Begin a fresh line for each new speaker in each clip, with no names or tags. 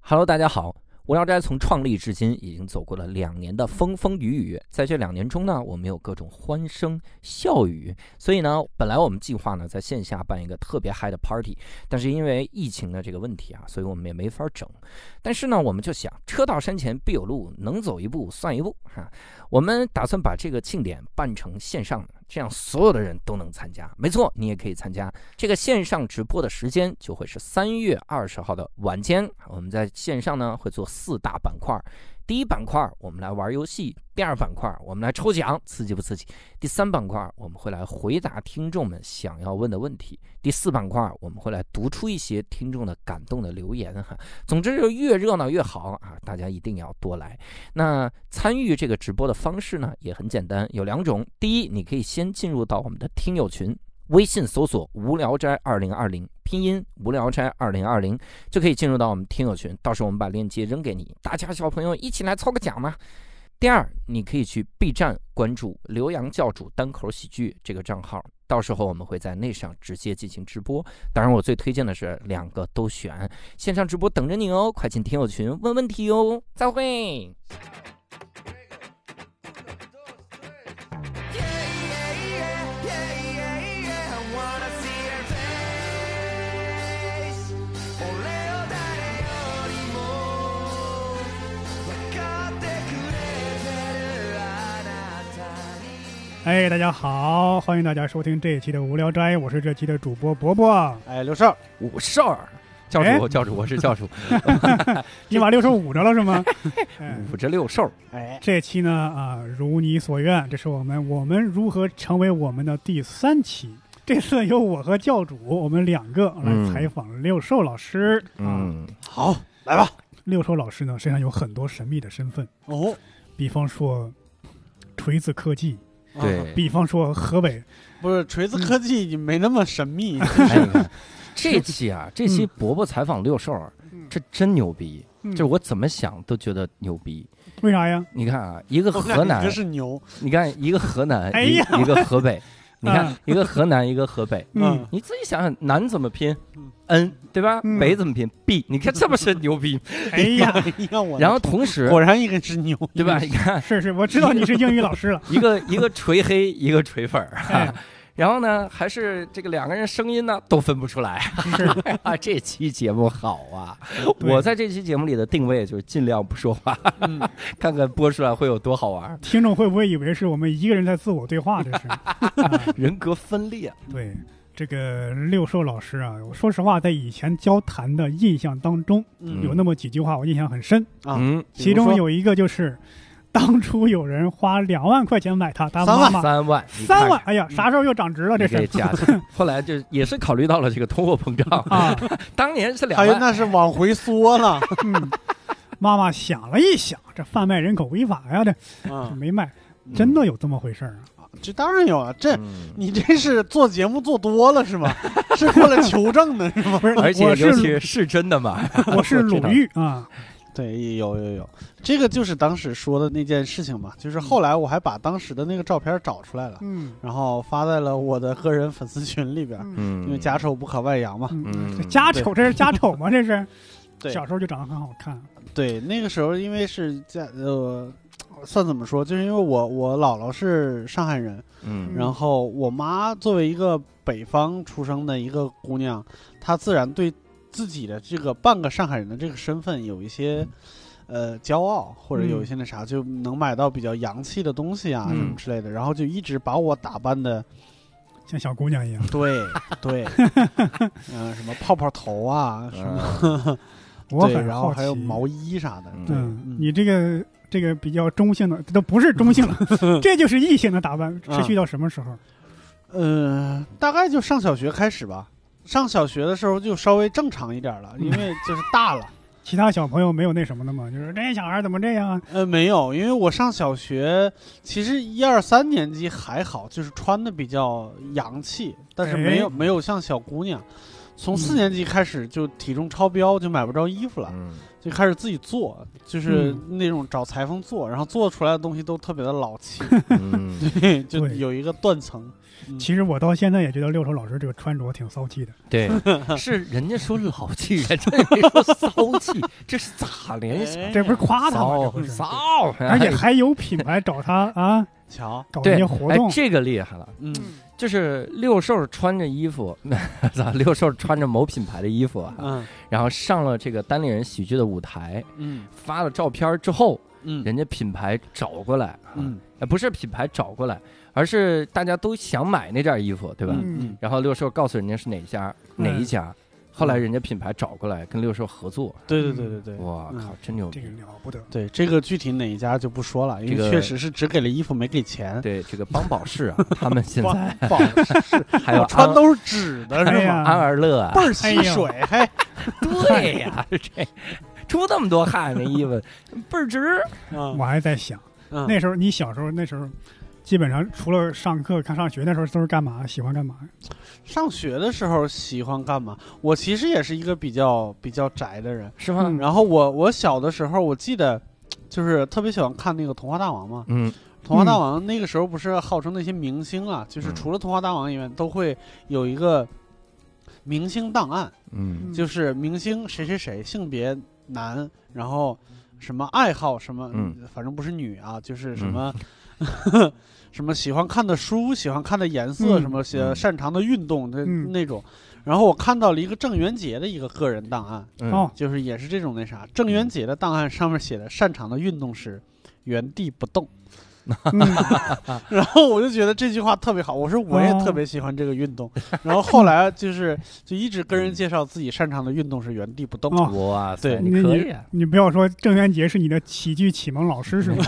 Hello，大家好。无聊斋从创立至今已经走过了两年的风风雨雨，在这两年中呢，我们有各种欢声笑语。所以呢，本来我们计划呢在线下办一个特别嗨的 party，但是因为疫情的这个问题啊，所以我们也没法整。但是呢，我们就想，车到山前必有路，能走一步算一步哈、我们打算把这个庆典办成线上的，这样所有的人都能参加。没错，你也可以参加。这个线上直播的时间就会是三月二十号的晚间。我们在线上呢会做四大板块，第一板块我们来玩游戏，第二板块我们来抽奖，刺激不刺激？第三板块我们会来回答听众们想要问的问题，第四板块我们会来读出一些听众的感动的留言哈。总之就越热闹越好啊，大家一定要多来。那参与这个直播的方式呢也很简单，有两种，第一，你可以先进入到我们的听友群。微信搜索“无聊斋二零二零”，拼音“无聊斋二零二零”，就可以进入到我们听友群。到时候我们把链接扔给你，大家小朋友一起来凑个奖嘛。第二，你可以去 B 站关注“刘洋教主单口喜剧”这个账号，到时候我们会在那上直接进行直播。当然，我最推荐的是两个都选，线上直播等着你哦！快进听友群问问题哦，再会。
哎，大家好，欢迎大家收听这一期的《无聊斋》，我是这期的主播伯伯。
哎，刘少，
五少儿，教
哎
主，教主，我是教主，
你把六兽捂着了是吗？哎
五着六兽。
哎，
这期呢啊，如你所愿，这是我们我们如何成为我们的第三期。这次由我和教主我们两个来
嗯
采访六兽老师、啊。
嗯，
好，来吧。
六兽老师呢身上有很多神秘的身份，
哦，
比方说锤子科技，
啊，
对，
比方说河北
不是锤子科技你没那么神秘，
哎这期啊，这
嗯
期伯伯采访六兽儿
嗯，
这真牛逼！
嗯
这我怎么想都觉得牛逼。
为啥呀？
你看啊，一个
我
河
感觉
南，
是牛，
你看一个河南，
哎
一
呀
一个河 北，你看
啊
一个河南，一个河北。
嗯
嗯，
你自己想想，南怎么拼
嗯
？n 对吧
嗯？
北怎么拼？b？你看这么是牛逼。
嗯
哎呀，
你看我，
然后同时，
果然一个是牛，
对吧？你看
是是，我知道你是英语 老师了。
一个一个锤黑，一个锤粉儿。啊
哎，
然后呢，还是这个两个人声音呢都分不出来
是
啊！这期节目好啊！
对
我在这期节目里的定位就是尽量不说话，
嗯？
看看播出来会有多好玩。
听众会不会以为是我们一个人在自我对话？这是，
人格分裂，
对这个六兽老师啊，我说实话，在以前交谈的印象当中，
嗯
有那么几句话我印象很深，
啊
嗯，
比
其
如说
中有一个就是，当初有人花两万块钱买它，他妈妈
三万，你看
三万，，哎呀，啥时候又涨值了？这
你可以
是
加起来。后来就也是考虑到了这个通货膨 胀，
啊，
当年是两
哎，
万，
那是往回 缩了，
嗯，妈妈想了一想，这贩卖人口违法呀，这
嗯
啊，
没卖，真的有这么回事儿啊？
这当然有啊，这
嗯。
你这是做节目做多了是吗？ 是过来求 证的是吗？
不是，
嗯而且
我
尤
是
其是真的嘛，
我是鲁豫啊，
对，有有有，这个就是当时说的那件事情嘛，
嗯
就是后来我还把当时的那个照片找出来了，
嗯
然后发在了我的个人粉丝群里边，
嗯
嗯
因为家丑不可外扬嘛。
嗯，
嗯
这家丑这是家丑吗？这是
对
小时候就长得很好看，
对，那个时候因为是家呃，算怎么说，就是因为我我姥姥是上海人，
嗯
然后我妈作为一个北方出生的一个姑娘，她自然对自己的这个半个上海人的这个身份有一些。呃，骄傲或者有一些那啥，就能买到比较洋气的东西啊，
嗯
什么之类的，然后就一直把我打扮的，
像小姑娘一样。
对对，嗯、什么泡泡头啊，什
嗯
么、
我
对，
很
然
好
后
奇，
还有毛衣啥的，
嗯
对
嗯
嗯，
你这个这个比较中性的，这都不是中性 了，这就是异性的打扮，持续到什么时
嗯
候？
呃，大概就上小学开始吧。上小学的时候就稍微正常一点 了，因为就是大了。
其他小朋友没有那什么的吗？就是这小孩怎么这样啊？
呃，没有，因为我上小学其实一二三年级还好，就是穿的比较洋气，但是没有、
哎
没有像小姑娘。从四年级开始就体重超标，就买不着衣服了，
嗯，
就开始自己做，就是
嗯
那种找裁缝做，然后做出来的东西都特别的老气，
嗯，
对，就
对
有一个断层。嗯
其实我到现在也觉得六叔老师这个穿着挺骚气的，
对， 是人家说老气，人家没说骚气，这是咋联想？
哎
这不是夸他吗？这
骚
不是，
骚，
而且还有品牌找他啊，
瞧，
搞一
对
些活
哎
动，，
这个厉害了。
嗯，
就是六兽穿着衣服，咋六兽穿着某品牌的衣服啊，
嗯
然后上了这个单立人喜剧的舞台，
嗯
发了照片之后，
嗯
人家品牌找过来，
嗯，
啊，不是品牌找过来，而是大家都想买那件衣服，对吧？
嗯
然后六兽告诉人家是哪家
嗯
哪一家，后来人家品牌找过来跟六兽合作，
对对对对对。
哇
嗯
靠，真牛
这
逼
个！了不得。
对这个具体哪一家就不说了，
这
因为
个
确实是只给了衣服没给钱。
对这个邦宝适啊，他们现在
不 好意思，
还有
我 穿
安
都是 纸的
哎
是吗？
呀
安而乐啊
倍，儿吸水， 嘿，
对 呀，这出那么多汗，那衣服倍儿值。
嗯
我还在想，
嗯
那时候你小时候那时候，基本上除了上课、看上学，那时候都是干嘛？喜欢干嘛？
上学的时候喜欢干嘛？我其实也是一个比较比较宅的人。
是吗？
嗯
然后我我小的时候，我记得就是特别喜欢看那个《童话大王》嘛，
嗯，
《童话大王》那个时候不是号称那些明星啊，就是
嗯
除了《童话大王》以外，都会有一个明星档案，
嗯，
就是明星谁谁谁，性别男，然后什么爱好什么，
嗯
反正不是女啊，就是什么、 什么喜欢看的书，喜欢看的颜色，
嗯
什么喜
嗯
擅长的运动的、
嗯
那种。然后我看到了一个郑渊洁的一个个人档案，
嗯
哦，
就是也是这种那啥，郑渊洁的档案上面写的擅长的运动是。原地不动，啊
嗯，
然后我就觉得这句话特别好，我说我也
哦
特别喜欢这个运动，
哦
然后后来就是就一直跟人介绍自己擅长的运动是原地不动，
哦，
哇塞，
对
你
那
可以啊，
你不要说郑渊洁是你的喜剧启蒙老师是 吗？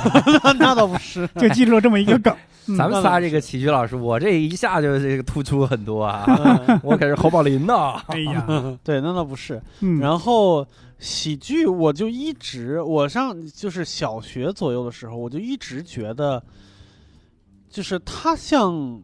那倒不是，
就记住了这么一个梗。 嗯
咱们
那
仨这个喜剧老师，我这一下就这个突出很多 啊！
嗯
我可是侯宝林呐，
哎 呀，
对，那倒不是。
嗯，
然后喜剧，我就一直，我上就是小学左右的时候，我就一直觉得，就是它像，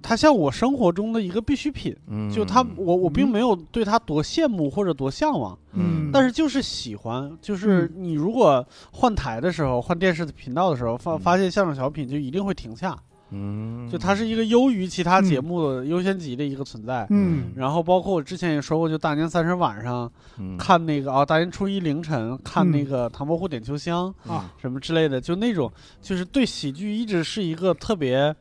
它像我生活中的一个必需品。
嗯
就它，我我并没有对它多羡慕或者多向往，
嗯
但是就是喜欢。
嗯
就是你如果换台的时候，换电视频道的时候，发
嗯
发现相声小品就一定会停下，
嗯，
就它是一个优于其他节
嗯
目的优先级的一个存在。
嗯
然后包括我之前也说过，就大年三十晚上
嗯
看那个啊、大年初一凌晨看
嗯
那个《唐伯虎点秋香》
嗯
啊，
什么之类的，就那种就是对喜剧一直是一个特别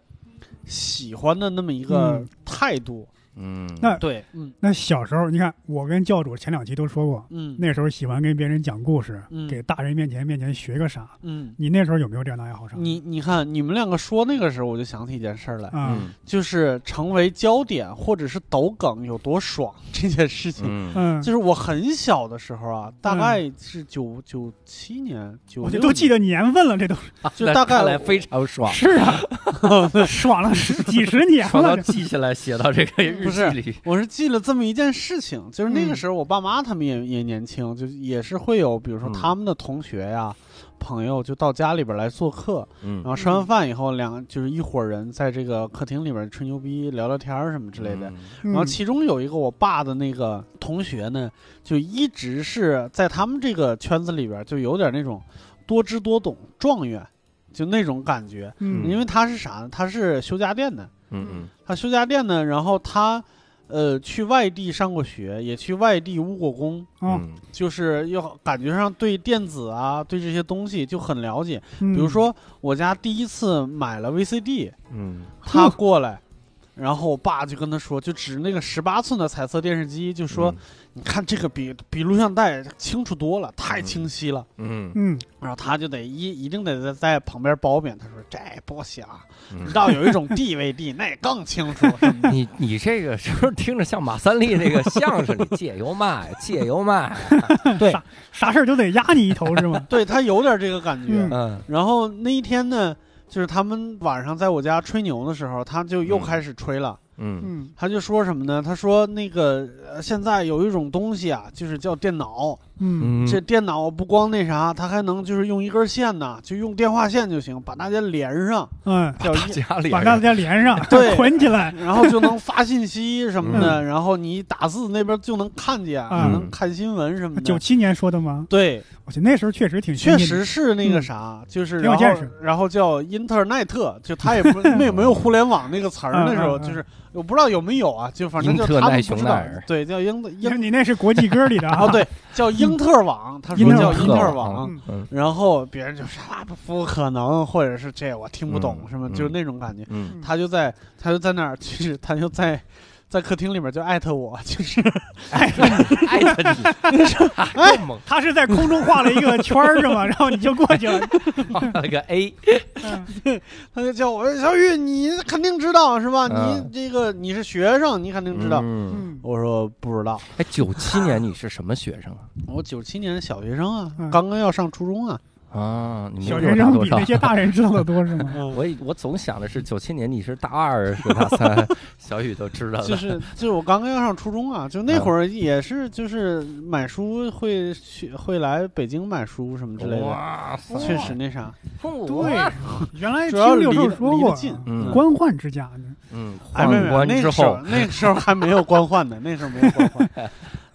喜欢的那么一个
嗯哎
态度。
嗯，
那
对，嗯
那小时候你看，我跟教主前两期都说过，
嗯
那时候喜欢跟别人讲故事，
嗯
给大人面前面前学个啥。
嗯，
你那时候有没有这样的爱好啥的？
你你看你们两个说那个时候，我就想起一件事儿来，
啊，
嗯
就是成为焦点或者是抖梗有多爽这件事情。
嗯
嗯
就，是我很小的时候啊，大概是九九七年，九
我就都记得年份了，这都
就大概
啊看来非常爽，
是 啊，爽了十几十年
爽到
了，这
记下来，写到这个日记 里。
我是记了这么一件事情，就是那个时候我爸妈他们也、也年轻，就也是会有，比如说
嗯
他们的同学呀、朋友就到家里边来做客，然
嗯
后吃完饭以后，两就是一伙人在这个客厅里边吹牛逼、聊聊天儿什么之类的。，然后
嗯
其中有一个我爸的那个同学呢，就一直是在他们这个圈子里边就有点那种多知多懂、状元，就那种感觉。
嗯
因为他是啥呢？他是修家电的。
嗯
他修家电呢，然后他呃去外地上过学，也去外地务过工，
啊，
嗯
就是要感觉上对电子啊，对这些东西就很了解。
比
比如说我家第一次买了 VCD，
嗯
他
呵
过来。然后我爸就跟他说，就指那个十八寸的彩色电视机，就
嗯
说：“你看这个比比录像带清楚多了，太
嗯
清晰了。
嗯
嗯，
然后他就得一一定得在在旁边褒贬，他说：“这不行，
嗯
嗯
直到有一种 DVD，那更清楚。什么的
你你这个是不是听着像马三立那个相声里借油卖借油卖？对，
啥事儿都得压你一头是 吗？
对他有点这个感觉。
嗯
嗯
然后那一天呢，就是他们晚上在我家吹牛的时候，他就又
嗯
开始吹了。
嗯
嗯
他就说什么呢？他说那个、呃、现在有一种东西啊，就是叫电脑，
嗯
嗯
这电脑不光那啥，它还能就是用一根线呢，就用电话线就行，把大家连上，
嗯，
叫一，
家里
把大家连上，
对
捆起来，
然后就能发信息什么的，然后你打字那边就能看见，
嗯
能看新闻什么
九
的。
七年说的吗？
对，
我觉得那时候确实挺
确
先进的
实是那个啥，就是
嗯挺有
然
见
后
识
然后叫 Internet，就 它也不没有没有互联网那个词儿，
嗯
那时候
嗯嗯
就是我不知道有没有啊，就反正就他们不
英
知
特奈熊
道
奈尔，
对，叫 英英
你那是国际歌里的啊
哦，， 对，叫英特网，他说
英特
叫
网
英特网
嗯，
嗯
然后别人就说啊不不可能，或者是这我听不懂
嗯
什么，
嗯
就是那种感觉。
嗯，
他就在他就在那儿，就是他就在在客厅里面就艾特我，就是
艾特你艾特你，这么
他是在空中画了一个圈儿是 吗？然后你就过去了。
画了个 A，
嗯
他就叫我哎小雨，你肯定知道是吧？
嗯
你这个你是学生，你肯定知道。
嗯，
嗯
我说不知道，
哎，九七年你是什么学生
我九七年的小学生啊，
嗯
刚刚要上初 中啊。
啊？啊，你
小
们比我
学
大
生
多
比
少
那？些大人知道的多是吗？
嗯
我以我总想的是九七年你是大二是大三， 小雨都知道了。
就是就是我刚刚要上初中啊，就
嗯
那会儿也是就是买书会去会来北京买书什么之类的，
哇塞，
确实那啥，
对，原来
主要
听
离
六
离
兽说过啊
得，近，
嗯
官宦之家呢。
嗯，
哎，没有
宦
没有，
官
那
之
个时候
后，
那个时候还没有官宦呢，那时候没有官宦，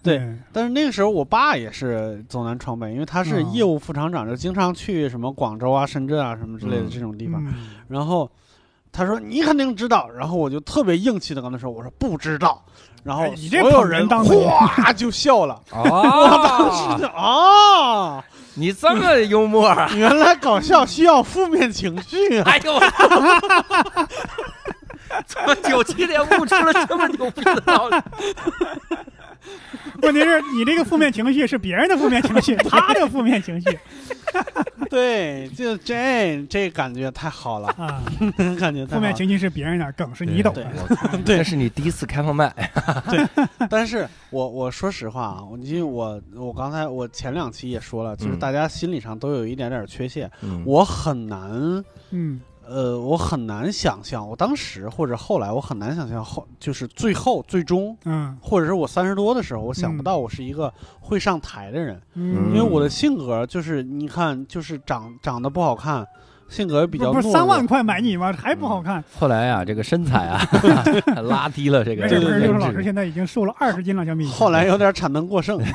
对
嗯，
但是那个时候我爸也是走南闯北，因为他是
嗯
业务副厂长，就经常去什么广州啊、深圳啊什么之类的这种地方，
嗯
然后。他说：“你肯定知道。”然后我就特别硬气的跟他说：“我说不知道。”然后
哎你这
所有
捧人
人
当的你
哗就笑 了。
啊，
啊，
你这么幽默啊！
原来搞笑需要负面情绪啊！
哎呦我， 怎么九七年悟出了这么牛逼的道理？
问题是你这个负面情绪是别人的负面 情绪，他的负面情绪，
对，就这这感觉太好了
啊，
感觉太好了
负面情绪是别人的，梗是你懂
对
的。
这是你第一次开放麦，
但是我我说实话啊，我因为我我刚才我前两期也说了，就是
嗯
大家心理上都有一点点缺陷，
嗯
我很难。
嗯
呃，我很难想象，我当时或者后来，我很难想象后就是最后最终，
嗯
或者是我三十多的时候，我想不
嗯
到我是一个会上台的人。
嗯，
因为我的性格就是，你看，就是长长得不好看，性格比较
不
懦
是
弱。嗯
三万块买你吗？还不好看。
后来啊，这个身材 啊，拉低了这个
没事
对
没
对
事，
对
人
六兽
质
老师现在已经瘦了二十斤了，小米。
后来有点产能 过剩。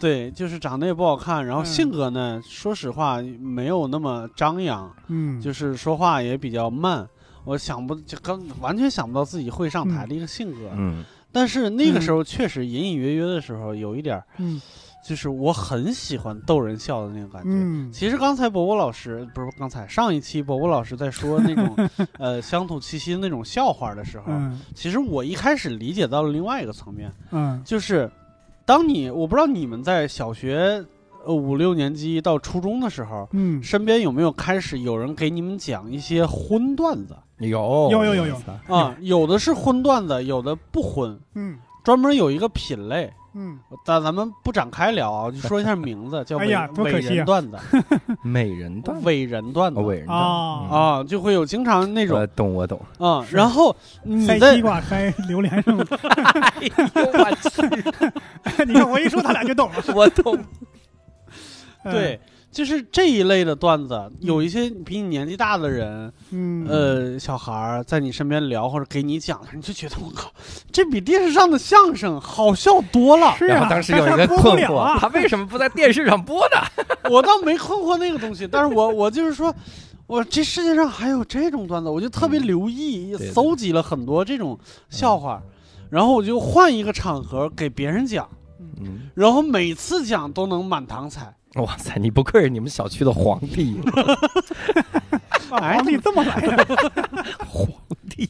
对，就是长得也不好看，然后
嗯
性格呢，说实话没有那么张扬，
嗯，
就是说话也比较慢。我想不就刚完全想不到自己会上台
嗯
的一个性格，
嗯
但是那个
嗯
时候确实隐隐约约的时候有一点儿，
嗯
就是我很喜欢逗人笑的那种感觉。
嗯
其实刚才伯伯老师不是刚才上一期伯伯老师在说 那种呃乡土气息那种笑话的时候，
嗯
其实我一开始理解到了另外一个层面，
嗯
就是当你我不知道你们在小学呃五六年级到初中的时候，
嗯，
身边有没有开始有人给你们讲一些荤段子
有
有有有有
啊？有的是荤段子，有的不荤，
嗯
专门有一个品类。
嗯，
但咱们不展开聊啊， 我就说一下名字，叫
哎
伟
呀多
伟
可惜啊
人段子，
美人蛋，
伟人段子
哦，伟人蛋
哦
嗯
啊，就会有经常那种
我懂我懂，
啊、
呃是
然后你
塞
在
西瓜塞榴莲是吗？
我去，
你看我一说他俩就懂了。
我懂，
嗯
对，就是这一类的段子，有一些比你年纪大的人，
嗯，嗯
呃，小孩儿在你身边聊或者给你讲，你就觉得我靠，这比电视上的相声好笑多了。
是
然
啊，
后当时
但
有
是
一个
播不
困
了
惑，
啊，
他为什么不在电视上播呢？
我倒没困惑那个东西，但是我我就是说。我这世界上还有这种段子，我就特别留
嗯
意，
对对嗯
搜集了很多这种笑话，然后我就换一个场合给别人讲，
嗯，
然后每次讲都能满堂彩。
哇塞，你不愧是你们小区的皇帝，
哎
皇帝这么来 的，
皇帝，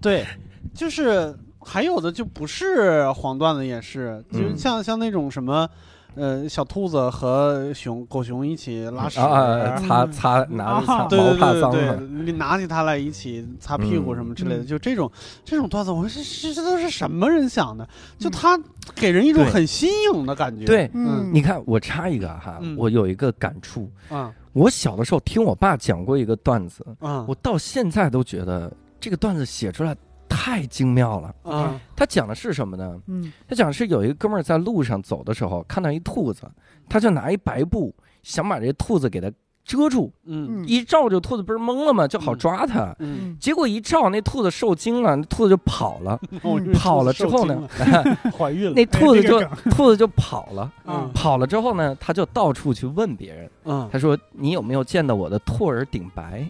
对，就是还有的就不是黄段子，也是，就
嗯
像、像那种什么，呃，小兔子和熊狗熊一起拉屎，嗯
啊啊，擦擦拿着擦
啊
对
毛
对
怕
对
脏
对
嘛，，
你拿起它来一起擦屁
嗯
股什么之类的，
嗯
就这种这种段子，我说这这都是什么人想的？
嗯
就他给人一种
对
很新颖的感觉。
对。
嗯，
你看，我插一个哈
嗯，
我有一个感触。
嗯，
我小的时候听我爸讲过一个段子，
嗯
我到现在都觉得这个段子写出来太精妙了。
啊
他讲的是什么呢？
嗯
他讲的是有一个哥们儿在路上走的时候看到一兔子，他就拿一白布想把这兔子给它遮住，
嗯
嗯
一照这兔子不是懵了吗？就好抓它。
嗯，
嗯
结果一照，那兔子受惊了，那兔子就跑了。
我
嗯
以为
跑
兔
了之
子受
后
惊
呢，
了，怀孕了
哎那兔子
这
就
个
兔子就跑了。
嗯
跑了之后呢，他就到处去问别人，
嗯
他说：“你有没有见到我的兔耳顶白？”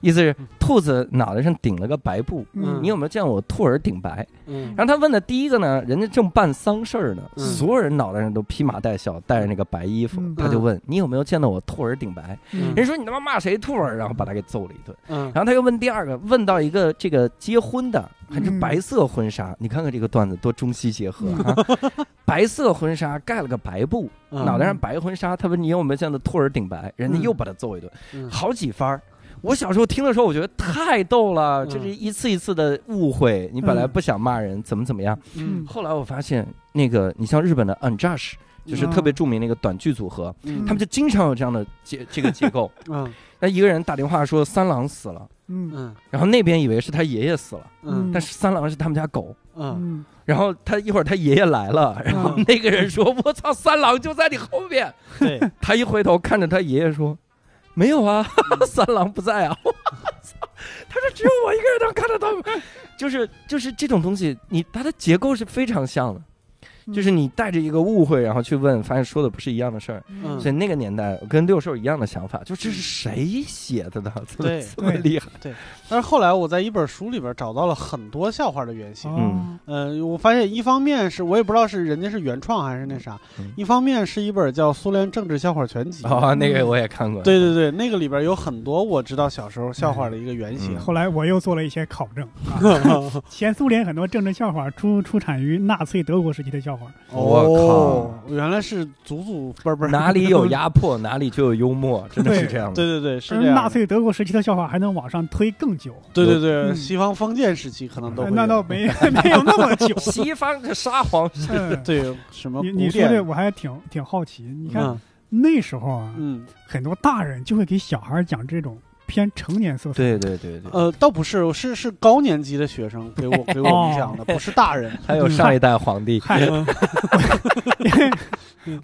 意思是兔子脑袋上顶了个白布，
嗯
你有没有见过我兔耳顶白？
嗯
然后他问的第一个呢，人家正办丧事儿呢，
嗯
所有人脑袋上都披麻戴孝，带着那个白衣服，
嗯
他就问你有没有见到我兔耳顶白？
嗯
人说你他妈骂谁兔儿？然后把他给揍了一顿。
嗯
然后他又问第二个，问到一个这个结婚的，还是
嗯
白色婚纱？你看看这个段子多中西结合啊！
嗯
白色婚纱盖了个白布，
嗯
脑袋上白婚纱。他问你有没有见到兔儿顶白？人家又把他揍一顿，
嗯
好几番儿。我小时候听的时候，我觉得太逗了，
嗯
这是一次一次的误会。你本来
嗯
不想骂人，怎么怎么样？
嗯
后来我发现，那个你像日本的 Unjust，就是特别著名那个短剧组合，
嗯
他们就经常有这样的结这个结构。
嗯
那一个人打电话说三郎死了，
嗯
嗯
然后那边以为是他爷爷死了，
嗯
但是三郎是他们家狗。
嗯
嗯
然后他一会儿他爷爷来了，然后
嗯
那个人说：“我操，三郎就在你后面。
对，”
他一回头看着他爷爷说：“没有啊，
嗯
三郎不在啊。”我操！他说：“只有我一个人能看到他们。” 就是就是这种东西，你它的结构是非常像的。
嗯
就是你带着一个误会，然后去问，发现说的不是一样的事儿。
嗯
所以那个年代，我跟六兽一样的想法，就这是谁写的呢？这么
对
这么厉害？
但是后来我在一本书里边找到了很多笑话的原型。
嗯
哦
呃，我发现一方面是我也不知道是人家是原创还是那啥
嗯，
一方面是一本叫《苏联政治笑话全集》。
哦，那个我也看过。
对对
嗯
对，那个里边有很多我知道小时候笑话的一个原型
嗯。
后来我又做了一些考证，啊 前苏联很多政治笑话出出产于纳粹德国时期的笑话，
哦，原来是祖祖辈辈
哪里有？压迫， 哪里就有幽默，真的是这样的。
对 对对，是
而
这样
纳
的。
粹德国时期的笑话还能往上推更久，
对对对，
嗯哎
西方封建时期可能都会有。
那倒没 没有那么 久。
西方的沙 皇是
嗯
对什么
你
古
你说这
典？
我还挺挺好奇，你看
嗯
那时候啊，
嗯
很多大人就会给小孩讲这种偏成年 色彩，
对对对对，
呃，倒不是，是是高年级的学生给我给我们讲
哦
的，不是大 人。
还有上一代皇帝，
哎
嗨，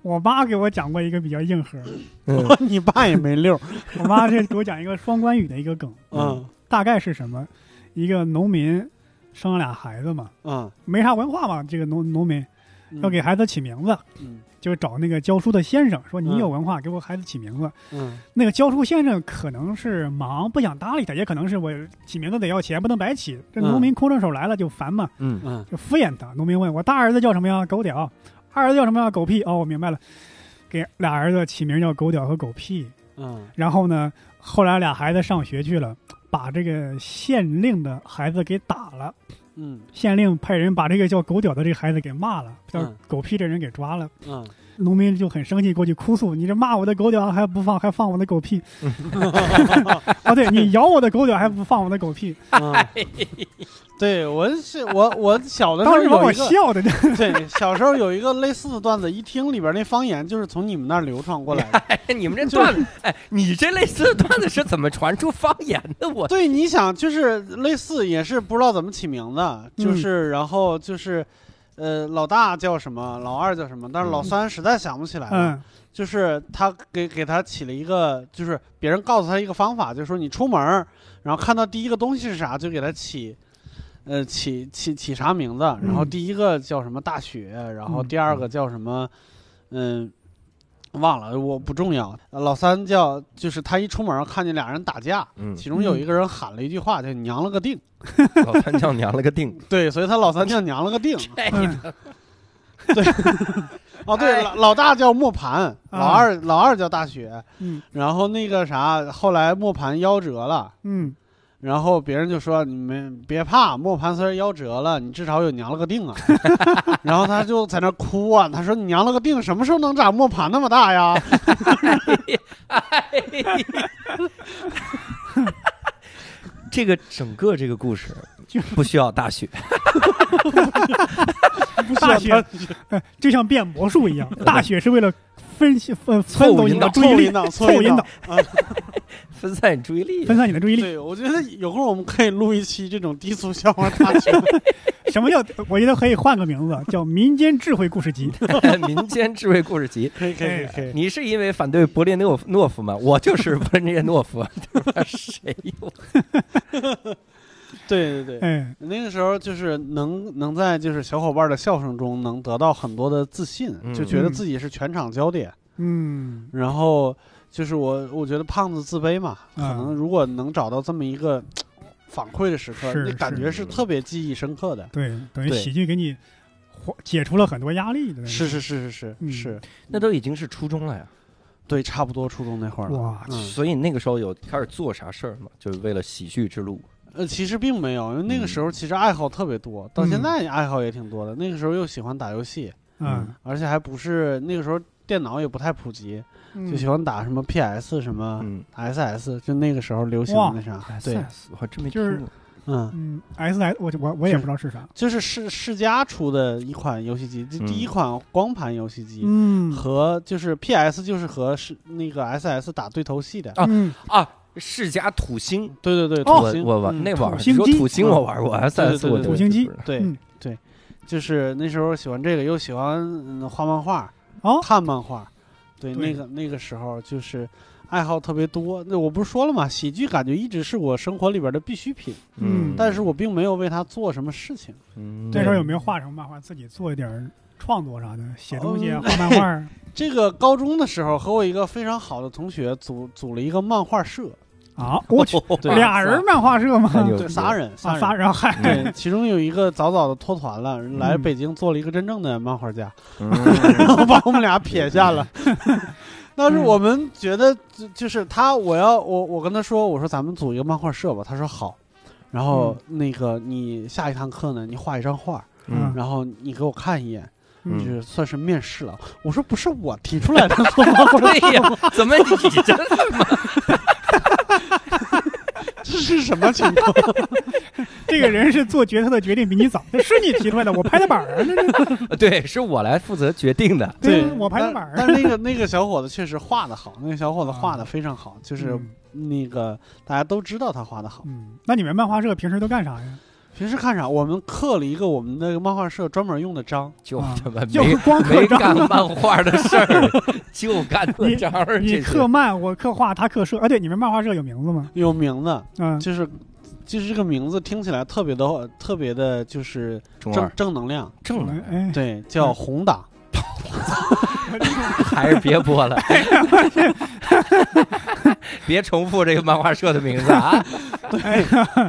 我妈给我讲过一个比较硬核的，
嗯
你爸也 没溜儿。
我妈这给我讲一个双关语的一个梗，
嗯
大概是什么？一个农民生了俩孩子嘛，
嗯，
没啥文化嘛，这个农农民
嗯
要给孩子起名字，
嗯
就找那个教书的先生说：“
嗯
你有文化，给我孩子起名字。
嗯
那个教书先生可能是忙不想搭理他，也可能是我起名字得要钱，不能白起。这
嗯
农民空着手来了就烦嘛，
嗯，
嗯
就敷衍他。农民问我大儿子叫什么呀？狗屌。二儿子叫什么呀？狗屁。哦，我明白了，给俩儿子起名叫狗屌和狗屁。
嗯
然后呢，后来俩孩子上学去了，把这个县令的孩子给打了。
嗯
县令派人把这个叫狗屌的这个孩子给骂了，叫
嗯
狗屁这人给抓了。
嗯，
农民就很生气，过去哭诉：“你这骂我的狗屌还不放，还放我的狗 屁！啊，对你咬我的狗屌还不放我的狗屁
嗯 对我是我我小！”的时
当
候
时把
有
我
一个
笑的，这
对小时候有一个类似的段子，一听里边那方言就是从你们那儿流传过来的。
哎，你们这段子，哎，你这类似的段子是怎么传出方言的？我
对，你想就是类似也是不知道怎么起名字，就是然后就是。呃，老大叫什么？老二叫什么？但是老三实在想不起来了，
嗯
就是他给给他起了一个，就是别人告诉他一个方法，就是说你出门儿，然后看到第一个东西是啥，就给他起，呃，起起起啥名字，然后
嗯
第一个叫什么大雪，然后
嗯
第二个叫什么，嗯。忘了，我不重要。呃老三叫，就是他一出门儿看见俩人打架，
嗯，
其中有一个人喊了一句话，叫“娘了个腚
老三叫娘了个 腚，”。
对，所以他老三叫“娘了 个腚”。
嗯，
哦，对，
哎
老老大叫磨盘，老
啊
二老二叫大雪，
嗯
然后那个啥，后来磨盘夭折了，
嗯
然后别人就说你们别怕，磨盘虽然夭折了，你至少有娘了个腚啊。 然后他就在那哭啊，他说你娘了个腚，什么时候能长磨盘那么大啊 呀？
这个整个这个故事，不需要大雪，
不嗯大雪、呃就像变魔术一样，大雪是为了分析呃
凑
分走你
引导
啊
的注意力，
导，
凑
凑
引导，
啊！
分散你注意力。
分散你的注意力。
对，我觉得有空我们可以录一期这种低俗笑话大全。
什么叫？我觉得可以换个名字，叫民间智慧故事 集。
民间智慧故事集，
可以可以可以可以，
你是因为反对勃列诺夫诺夫吗？ 我就是勃列诺夫， 谁有？
对对对。
哎，
那个时候就是能能在就是小伙伴的笑声中能得到很多的自信，
嗯
就觉得自己是全场焦点。
嗯，
然后就是我我觉得胖子自卑嘛，可
嗯
能如果能找到这么一个嘖反馈的时刻，
是
那感觉是
是
特别记忆深刻的。
对，等于
对
喜剧给你缓解除了很多压力的。
是是是是
嗯
是是，
那都已经是初中了呀，
对，差不多初中那会儿了。
哇，
嗯
所以那个时候有开始做啥事儿吗？就是为了喜剧之路。
呃，其实并没有，因为
嗯
那个时候其实爱好特别多，到现在爱好也挺多的。那个时候又喜欢打游戏，
嗯，
而且还不是那个时候电脑也不太普及，就喜
欢
欢打什么 PS 什么。
嗯，
SS 就那个时候流行
哇
的那啥，对，
SS 我还真没
就是
听过。
嗯，
嗯，S S，我我我也不知道是啥。
就是世世嘉出的一款游戏机，就
嗯
第一款光盘游戏机、
嗯
和就是 PS 就是和是那个 SS 打对头戏的，
啊
嗯，
啊，世家土星，
对对对，
哦
土
我
星
我玩
嗯
那玩儿，
土星
你说
机
土星我玩过
嗯对对
，SS
对
我
对
就
土星机
不知道
对、
嗯
对，就是那时候喜欢这个，又喜欢、嗯、画漫画、
哦
看漫画，对，
对
那个那个时候就是爱好特别多。那我不是说了嘛，喜剧感觉一直是我生活里边的必需品，
嗯
但是我并没有为它做什么事情。
嗯
这时候有没有
对
画什么漫画，自己做一点儿创作啥的，写东西啊，
嗯
画漫画儿？
这个高中的时候，和我一个非常好的同学组组了一个漫画社，
啊，
哦
我去，
对
俩 人漫画社吗？
太牛
对，仨人，仨
啊，
人，
仨人
嗯
嗨，
对，其中有一个早早的脱团了，
嗯
来北京做了一个真正的漫画家，
嗯
然后把我们俩撇下了。
嗯
但是我们觉得，就就是他，我要我我跟他说，我说咱们组一个漫画社吧，他说好。然后那个你下一堂课呢，你画一张画，
嗯
然后你给我看一眼，
嗯
就是算是面试了。我说不是我提出来的 做漫画，
对呀，怎么你这
这是什么情况？
这个人是做决策的决定比你早，这是你提出来的，我拍的板儿啊，这是
对，是我来负责决定的。
对
对，
我拍的板
但
儿。
但那个那个小伙子确实画的好，那个小伙子画的非常好，就是
嗯
那个大家都知道他画的好。
嗯，那你们漫画社平时都干啥呀？
平时看啥？啊我们刻了一个我们那个漫画社专门用的章，
就他妈
啊就
没
光 刻
没
章
干漫画的事儿，就干文章儿
你
这
刻
些。
漫，我刻画，他刻社。啊，对，你们漫画社有名字吗？
有名字，
嗯，
就是就是这个名字听起来特别的特别的，就是
中
正
二
正能量。
正
哎
了，
哎，
对，叫
嗯
红党。
还是别播了， 别重复这个漫画社的名字啊！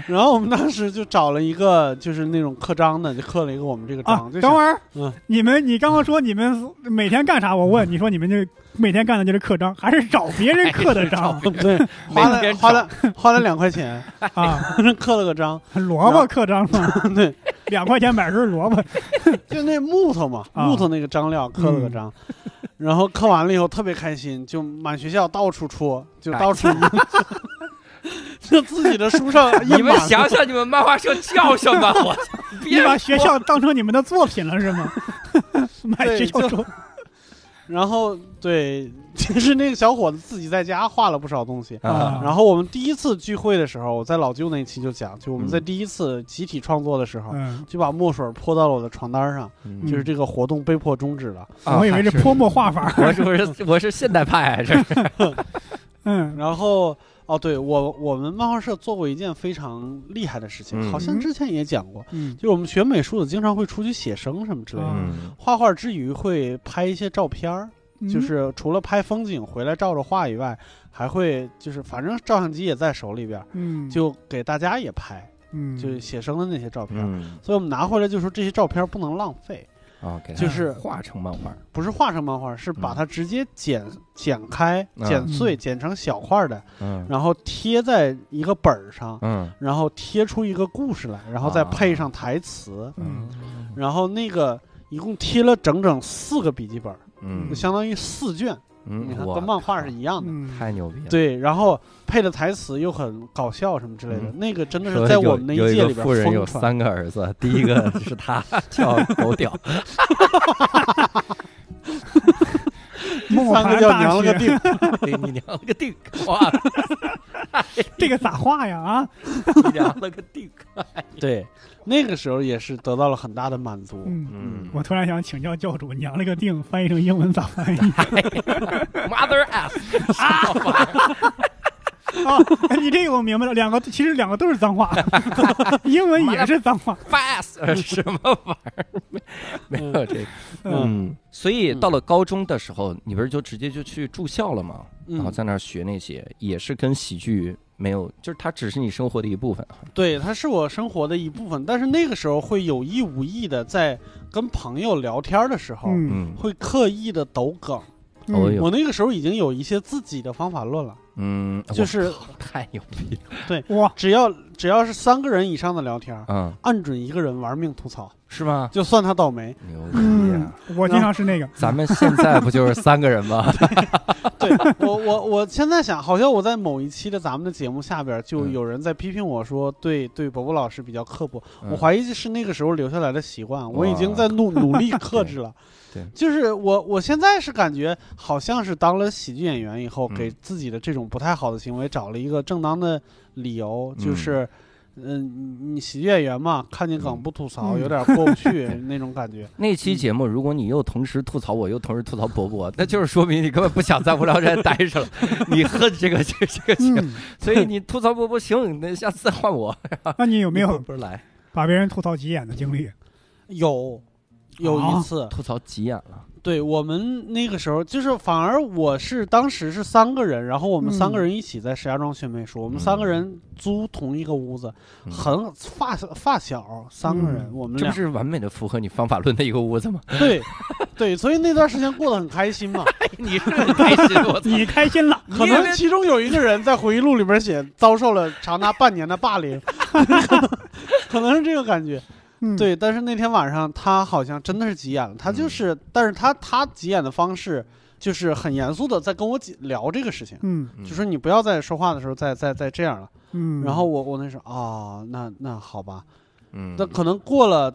然后我们当时就找了一个就是那种刻章的，就刻了一个我们这个
啊
章。，就
等会儿，
嗯
你们你刚刚说你们每天干啥？我问你说你们这每天干的就是刻章，还是找别人刻的章
是 对，花了花了花了两块钱，
啊？
刻了个章，
萝卜刻章吗？
对，
两块钱买根萝 卜，
就那木头嘛，
啊
木头那个张料刻了个章，
嗯
然后刻完了以后特别开心，就满学校到处戳，就到处 就自己的书上
哎 你
印
们
满。
想想，你们漫画社叫什么？我操！
你
别
把学校当成你们的作品了是 吗？买
对
学校
就
周
然后对，就是那个小伙子自己在家画了不少东西。
啊
然后我们第一次聚会的时候，我在老舅那期就讲，就我们在
嗯
第一次集体创作的时候，
嗯，
就把墨水泼到了我的床单上，
嗯
就是这个活动被迫终止了。
啊
嗯我以为是 泼墨画法。
我是我是我是现代派，这是
嗯，
然后哦，对我我们漫画社做过一件非常厉害的事情，
嗯
好像之前也讲过，
嗯
就是我们学美术的经常会出去写生什么之类的。
嗯
画画之余会拍一些照片儿，就是除了拍风景回来照着画以外，还会就是反正照相机也在手里边儿，
嗯，
就给大家也拍，
嗯
就是写生的那些照片儿。
嗯
所以我们拿回来就说这些照片儿不能浪费，
啊，给它
就是
画成漫画，
不是画成漫画，是把它直接剪剪开、
嗯
剪碎、
嗯
剪成小块儿的，
嗯
然后贴在一个本儿上，
嗯
然后贴出一个故事来，然后
啊
再配上台词，
嗯
然后那个一共贴了整整四个笔记本儿，
嗯
就相当于四卷。你
嗯，
看
我
跟漫画是一样的。
嗯，
太牛逼了。
对，然后配的台词又很搞笑什么之类的，
嗯
那个真的
说
是在
有
我们那
有一
届
个
里边
富人有
疯传。
三个儿子，第一个是他叫狗屌，
梦
三个
涵
叫
大
娘了
学
个 腚，
给你娘了个 dick，哇，
这个咋画呀？啊，
你娘了个 dick，
对，那个时候也是得到了很大的满足。
嗯，
嗯
我突然想请教教主，娘了个腚，翻译成英文咋翻译？
，mother ass，
啊， 你这个我明白了，两个其实两个都是 脏话，英文也是脏话。
ass，什么玩意儿？没没有这个，
嗯，
嗯，所以到了高中的时候，你不是就直接就去住校了吗？
嗯
然后在那儿学那些，也是跟喜剧没有，就是它只是你生活的一部分。
对，它是我生活的一部分，但是那个时候会有意无意的在跟朋友聊天的时候，
嗯，
嗯，
会刻意的抖梗。
哦
嗯
哟，
我那个时候已经有一些自己的方法论了，
嗯，
就
哇
是
太牛逼了，
哇，
只要只要是三个人以上的聊天，
嗯，
按准一个人玩命吐槽，
是吗？
就算他倒 霉。
牛逼
嗯
啊！，
我经常是那个，
咱们现在不就是三个人 吗？
对我我我现在想，好像我在某一期的咱们的节目下边就
嗯
有人在批评我说对对伯伯老师比较刻薄，我
嗯
怀疑是那个时候留下来的习惯，我已经
哇
在努努力克制了。
对对
就是我我现在是感觉好像是当了喜剧演员以后，
嗯
给自己的这种不太好的行为找了一个正当的理由，
嗯
就是。嗯，你你喜剧演员嘛，看见梗
嗯
不吐槽，
嗯
有点过不去那种感 觉。
那期节目，如果你又同时吐槽我，又同时吐槽伯伯， 那就是说明你根本不想在无聊斋待着了，你恨这个这个这个节目，
嗯，
所以你吐槽伯伯行，那下次再换我，
那你有 没有
不是来
把别人吐槽急眼的经历？
有有一
啊
次，
吐槽急眼了？
对我们那个时候，就是反而我是当时是三个人，然后我们三
嗯
个人一起在石家庄学美术，我们三个人租同一个屋子，
嗯
很发发小三个人，
嗯
我们
这不
俩
是完美的符合你方法论的一个屋 子吗？
对对，所以那段时间过得很 开心嘛。
你是很开心，我操！
你开心了，
可能其中有一个人在回忆录里边写遭受了长达半年的霸凌，可能是这个感觉。
嗯，，
对，但是那天晚上他好像真的是急眼了，他
嗯
就是，但是他他急眼的方式就是很严肃的在跟我解聊这个事情。
嗯
嗯
就说你不要再说话的时候再再再这样了。
嗯，
然后我我那时候啊，那那好吧，
嗯
那可能过了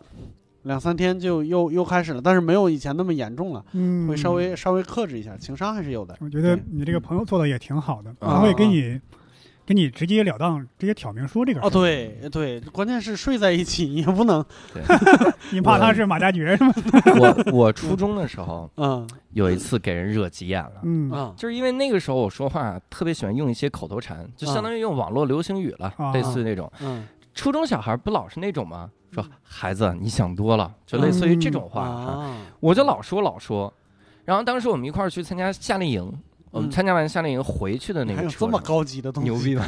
两三天就又又开始了，但是没有以前那么严重了，
嗯，
会稍微稍微克制一下，情商还是有的。
我觉得
对
你这个朋友做的也挺好的，
啊
他会给你给你直截了当、直接挑明说这个
嗯
事
哦，
儿。
对对，关键是睡在一起也不能，
你怕他是马加爵是
啊
吗？
我我初中的时候
嗯
有一次给人惹急眼了。
嗯
啊，
就是因为那个时候我说话特别喜欢用一些口头禅，就相当于用网络流行语了，
啊
类似那种。
嗯
初中小孩不老是那种吗？说
嗯
孩子你想多了，就类似于这种话。啊
啊，
我就老说老说，然后当时我们一块儿去参加夏令营，我们参加完夏令营回去的那
嗯还
个
有
车
这
上，
么高级的东西，
牛逼吧？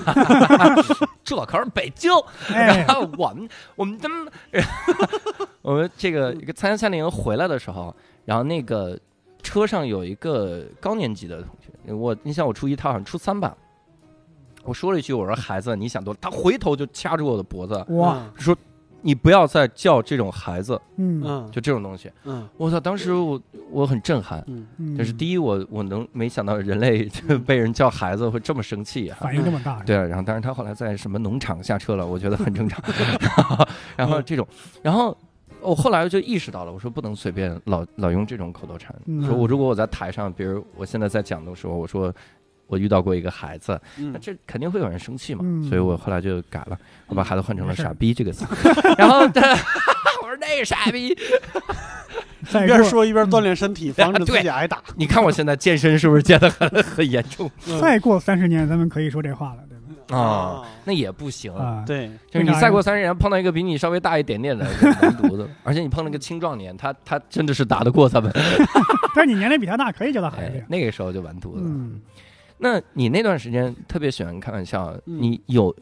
这可是北京，
哎
然，后我们我们他们， 我们这个一个参加夏令营回来的时候，然后那个车上有一个高年级的同学，我你想我初一，他好像初三吧，我说了一句我说孩子你想多了，他回头就掐住我的脖子，
哇，
说你不要再叫这种孩子，
嗯
嗯，嗯
就这种东西，
嗯
我操！当时我我很震撼。
嗯
嗯，
就是第一，我我能没想到人类就被人叫孩子会这么生气啊哈、
反应这么大，
嗯
对，然后当然他后来在什么农场下车了，我觉得很正 常。然
嗯
后这种，然后我后来就意识到了，我说不能随便老老用这种口头禅。
嗯
说我如果我在台上，比如我现在在讲的时候，我说我遇到过一个孩子，那
嗯，
这肯定会有人生气嘛，
嗯
所以我后来就改了，我把孩子换成了“
没事儿
傻逼”这个 词。然后 他我说那个傻逼，
再
一
过
边说
嗯
一边锻炼身体，防止自己挨打。
你看我现在健身是不是健得很很严重
再过三十年，咱们可以说这话了，对吧？
啊？，那也不行啊。
哦啊，
嗯对，
就是你
正常
再
人
过三十年碰到一个比你稍微大一点点的难犊子，而且你碰了个青壮年，他他真的是打得过他们，
但是你年龄比他大，可以叫他孩子
哎
呀，。
那个时候就完犊子了。
嗯
那你那段时间特别喜欢开玩笑，
嗯
你有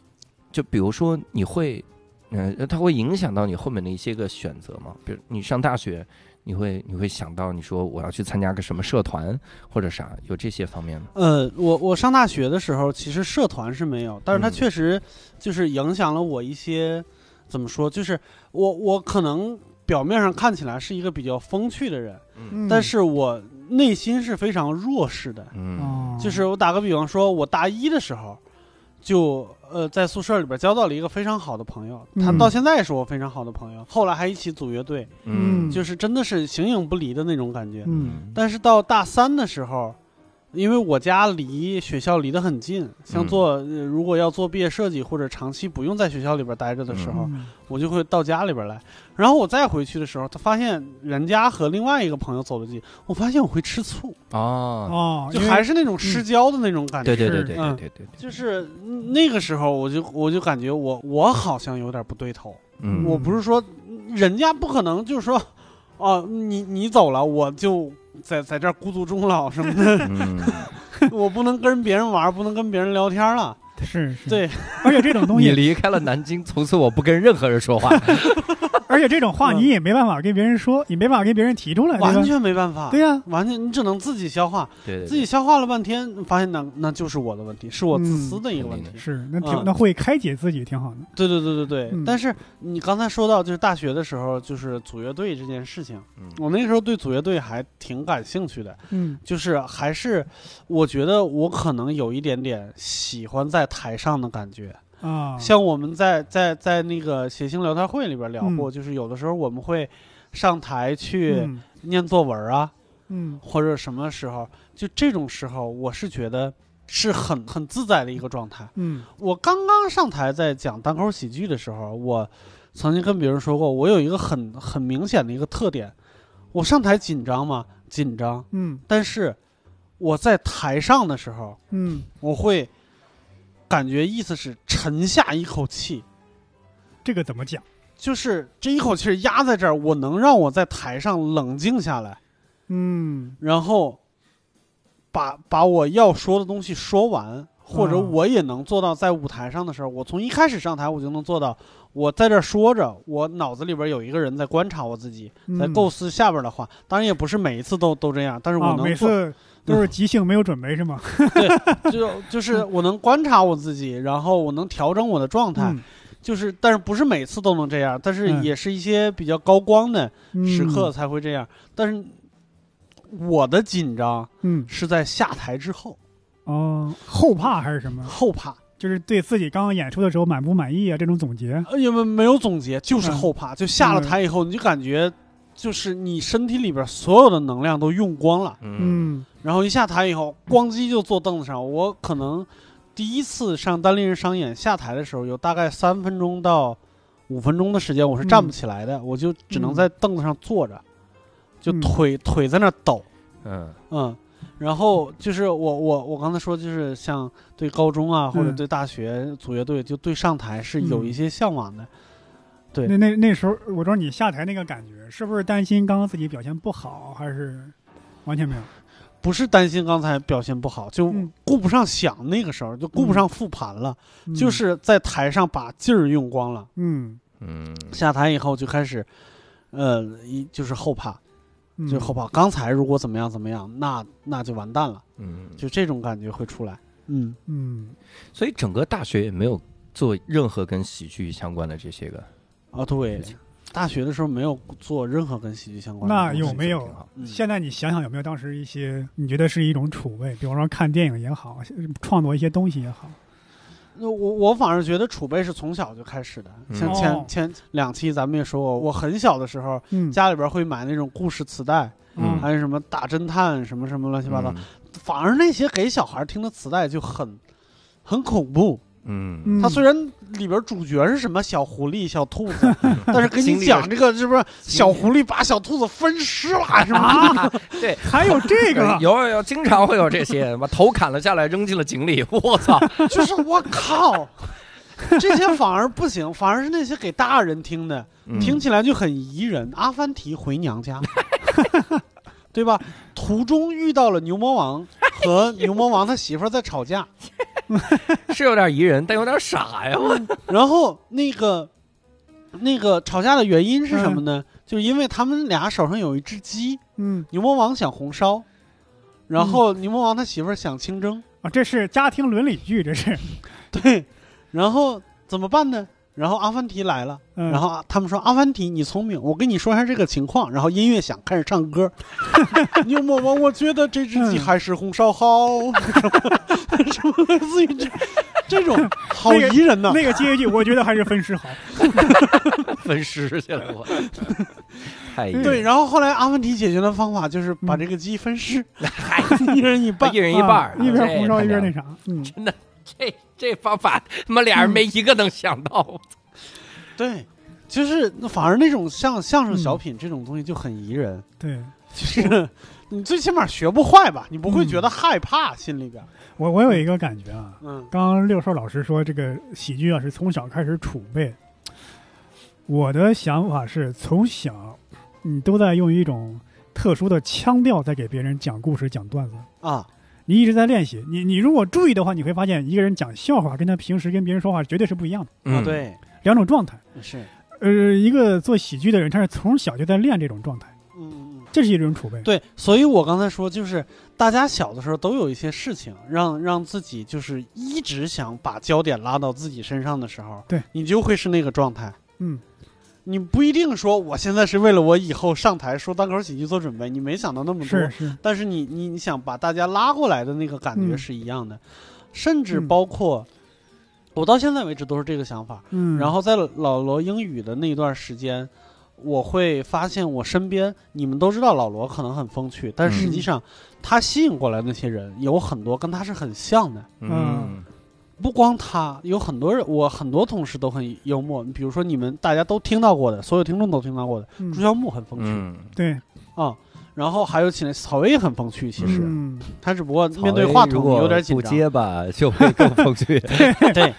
就比如说你会，嗯，它会影响到你后面的一些个选择吗？比如你上大学，你会你会想到你说我要去参加个什么社团或者啥，有这些方面吗？
呃，我我上大学的时候，其实社团是没有，但是它
嗯
确实就是影响了我一些，怎么说，就是我我可能表面上看起来是一个比较风趣的人，
嗯，
但是我内心是非常弱势的。
嗯
哦，
就是我打个比方说，我大一的时候，就呃在宿舍里边交到了一个非常好的朋友，他
嗯
到现在也是我非常好的朋友，后来还一起组乐队，
嗯
就是真的是形影不离的那种感觉。
嗯
但是到大三的时候，因为我家离学校离得很近，像
嗯
做、呃如果要做毕业设计或者长期不用在学校里边待着的时候，
嗯
我就会到家里边来。然后我再回去的时候，他发现人家和另外一个朋友走得近，我发现我会吃醋，
哦，
哦，
就
因为
还是那种吃胶的那种感觉。
对对对
是
对对
嗯
对对，对
就是嗯那个时候，我就我就感觉我我好像有点不对头。
嗯
我不是说嗯人家不可能，就是说，哦、你你走了，我就在在这儿孤独终老什么的。
嗯
我不能跟别人玩，不能跟别人聊天了。
是是，
对，
而且这种东
你
西，
离开了南京，从此我不跟任何人说话。
而且这种话
嗯
你也没办法跟别人说，你没办法跟别人提出来，
完
对吧？
全没办法。
哎对呀，
完全你只能自己消化，
对对
自己消化了半天，发现那那就是我的问题，是我自私的一个问
嗯
题。
是那挺
嗯
那会开解自己挺好的，
对对对对对。
嗯
但是你刚才说到就是大学的时候，就是组乐队这件事情，
嗯
我那时候对组乐队还挺感兴趣的，
嗯
就是还是我觉得我可能有一点点喜欢在台上的感觉。
啊，
像我们在在在那个谐星聊天会里边聊过，就是有的时候我们会上台去
嗯
念作文啊，
嗯
或者什么时候，就这种时候，我是觉得是很很自在的一个状态。
嗯
我刚刚上台在讲单口喜剧的时候，我曾经跟别人说过，我有一个很很明显的一个特点，我上台紧张吗？紧张，
嗯
但是我在台上的时候，
嗯，
我会感觉意思是沉下一口气。
这个怎么讲？
就是这一口气儿压在这儿，我能让我在台上冷静下来，
嗯
然后把把我要说的东西说完，或者
嗯
我也能做到在舞台上的时候，我从一开始上台我就能做到，我在这儿说着，我脑子里边有一个人在观察我自己，在
嗯
构思下边的话。当然也不是每一次都都这样，但是我
啊，
能
每
做，
次都是即兴没有准备是吗？
就就是
嗯
我能观察我自己，然后我能调整我的状态，
嗯
就是但是不是每次都能这样，但是
嗯
也是一些比较高光的。
嗯
时刻才会这样。但是我的紧张
嗯
是在下台之后，
哦，后怕还是什么？
后怕，
就是对自己刚刚演出的时候满不满意啊？这种总结，
呃因为没有总结，就是
嗯
后怕。就下了台以后，你就感觉就是你身体里边所有的能量都用光了，
嗯
嗯
然后一下台以后，咣叽就坐凳子上。我可能第一次上单立人商演下台的时候，有大概三分钟到五分钟的时间，我是站不起来的，我就只能
嗯
在凳子上坐着，就
嗯
腿、腿在那儿抖。
嗯
嗯，然后就是我我我刚才说，就是像对高中啊，
嗯
或者对大学组乐队，就对上台是有一些向往的。对
那那那时候，我说你下台那个感觉，是不是担心刚刚自己表现不好，还是完全没有？
不是担心刚才表现不好，就
嗯
顾不上想那个时候，就顾不上复盘了，
嗯
就是在台上把劲儿用光了。
嗯，
嗯
下台以后就开始，呃，一就是后怕，
嗯
就是后怕。刚才如果怎么样怎么样，那那就完蛋了，
嗯，
就这种感觉会出来。嗯，
嗯
所以整个大学也没有做任何跟喜剧相关的这些个。
啊，对，大学的时候没有做任何跟喜剧相关的
那
东西。
啊有没有
挺好
嗯
现在你想想有没有当时一些你觉得是一种储备，比方说看电影也好，创作一些东西也好，
那我我反而觉得储备是从小就开始的，
嗯
像前、
哦
前两期咱们也说过，我很小的时候
嗯，
家里边会买那种故事磁带，
嗯
还有什么大侦探什么什么乱七八糟，
嗯
反而那些给小孩听的磁带就很很恐怖。
嗯
嗯，
它虽然里边主角是什么小狐狸、小 兔子，但是给
经
你
历了
讲这个是不是小狐狸把小兔子分尸了什么？
对，
还有这个
哎有有有，经常会有这些，把头砍了下来，扔进了井里。我操！
就是我靠，这些反而不行，反而是那些给大人听的。
嗯
听起来就很宜人。阿凡提回娘家， 对吧？途中遇到了牛魔王和牛魔王他媳妇儿在吵架，
是有点宜人，但有点傻呀！我
然后那个那个吵架的原因是什么呢？就是因为他们俩手上有一只鸡，
嗯
牛魔王想红烧，然后牛魔王他媳妇儿想清蒸，
啊，这是家庭伦理剧，这是
对，然后怎么办呢？然后阿凡提来了，
嗯，
然后啊他们说阿凡提你聪明，我跟你说一下这个情况。然后音乐响，开始唱歌。 牛魔王，我觉得这只鸡
嗯
还是红烧 蒿， 什么类似于这这种，好
那个
宜人呐。
那个接一句，我觉得还是分尸好。
分尸去了我，太
对，，然后后来阿凡提解决的方法就是把这个鸡分 尸，一人一半
一。人一半儿
啊，一边红烧一边那
啥，
啥，嗯，
这这方法他妈俩人没一个能想到，
对，就是反而那种像相声小品这种东西就很宜人，
对
就是你最起码学不坏吧，你不会觉得害怕心里边。
我我有一个感觉啊，
嗯
刚刚六兽老师说这个喜剧啊是从小开始储备，我的想法是从小你都在用一种特殊的腔调在给别人讲故事、讲段子，
啊，
你一直在练习。你你如果注意的话，你会发现一个人讲笑话跟他平时跟别人说话绝对是不一样的
啊
嗯，
对，
两种状态。
是，
呃，一个做喜剧的人，他是从小就在练这种状态，
嗯嗯。
这是一种储备。
对，所以我刚才说，就是大家小的时候都有一些事情，让让自己就是一直想把焦点拉到自己身上的时候，
对
你就会是那个状态。
嗯，
你不一定说我现在是为了我以后上台说单口喜剧做准备，你没想到那么多
是，是，
但是你你你想把大家拉过来的那个感觉
嗯
是一样的，甚至
嗯
包括、我到现在为止都是这个想法。
嗯，
然后在老罗英语的那一段时间，我会发现我身边，你们都知道老罗可能很风趣，但实
嗯
际上他吸引过来的那些人有很多跟他是很像的。
嗯
不光他，有很多人，我很多同事都很幽默。比如说你们大家都听到过的，所有听众都听到过的，
嗯
朱孝木很风趣啊、
嗯，
对，
然后还有起来草薇也很风趣，其实、
嗯
他只不过面对话筒有点紧
不
张。
结巴就会更风趣，
对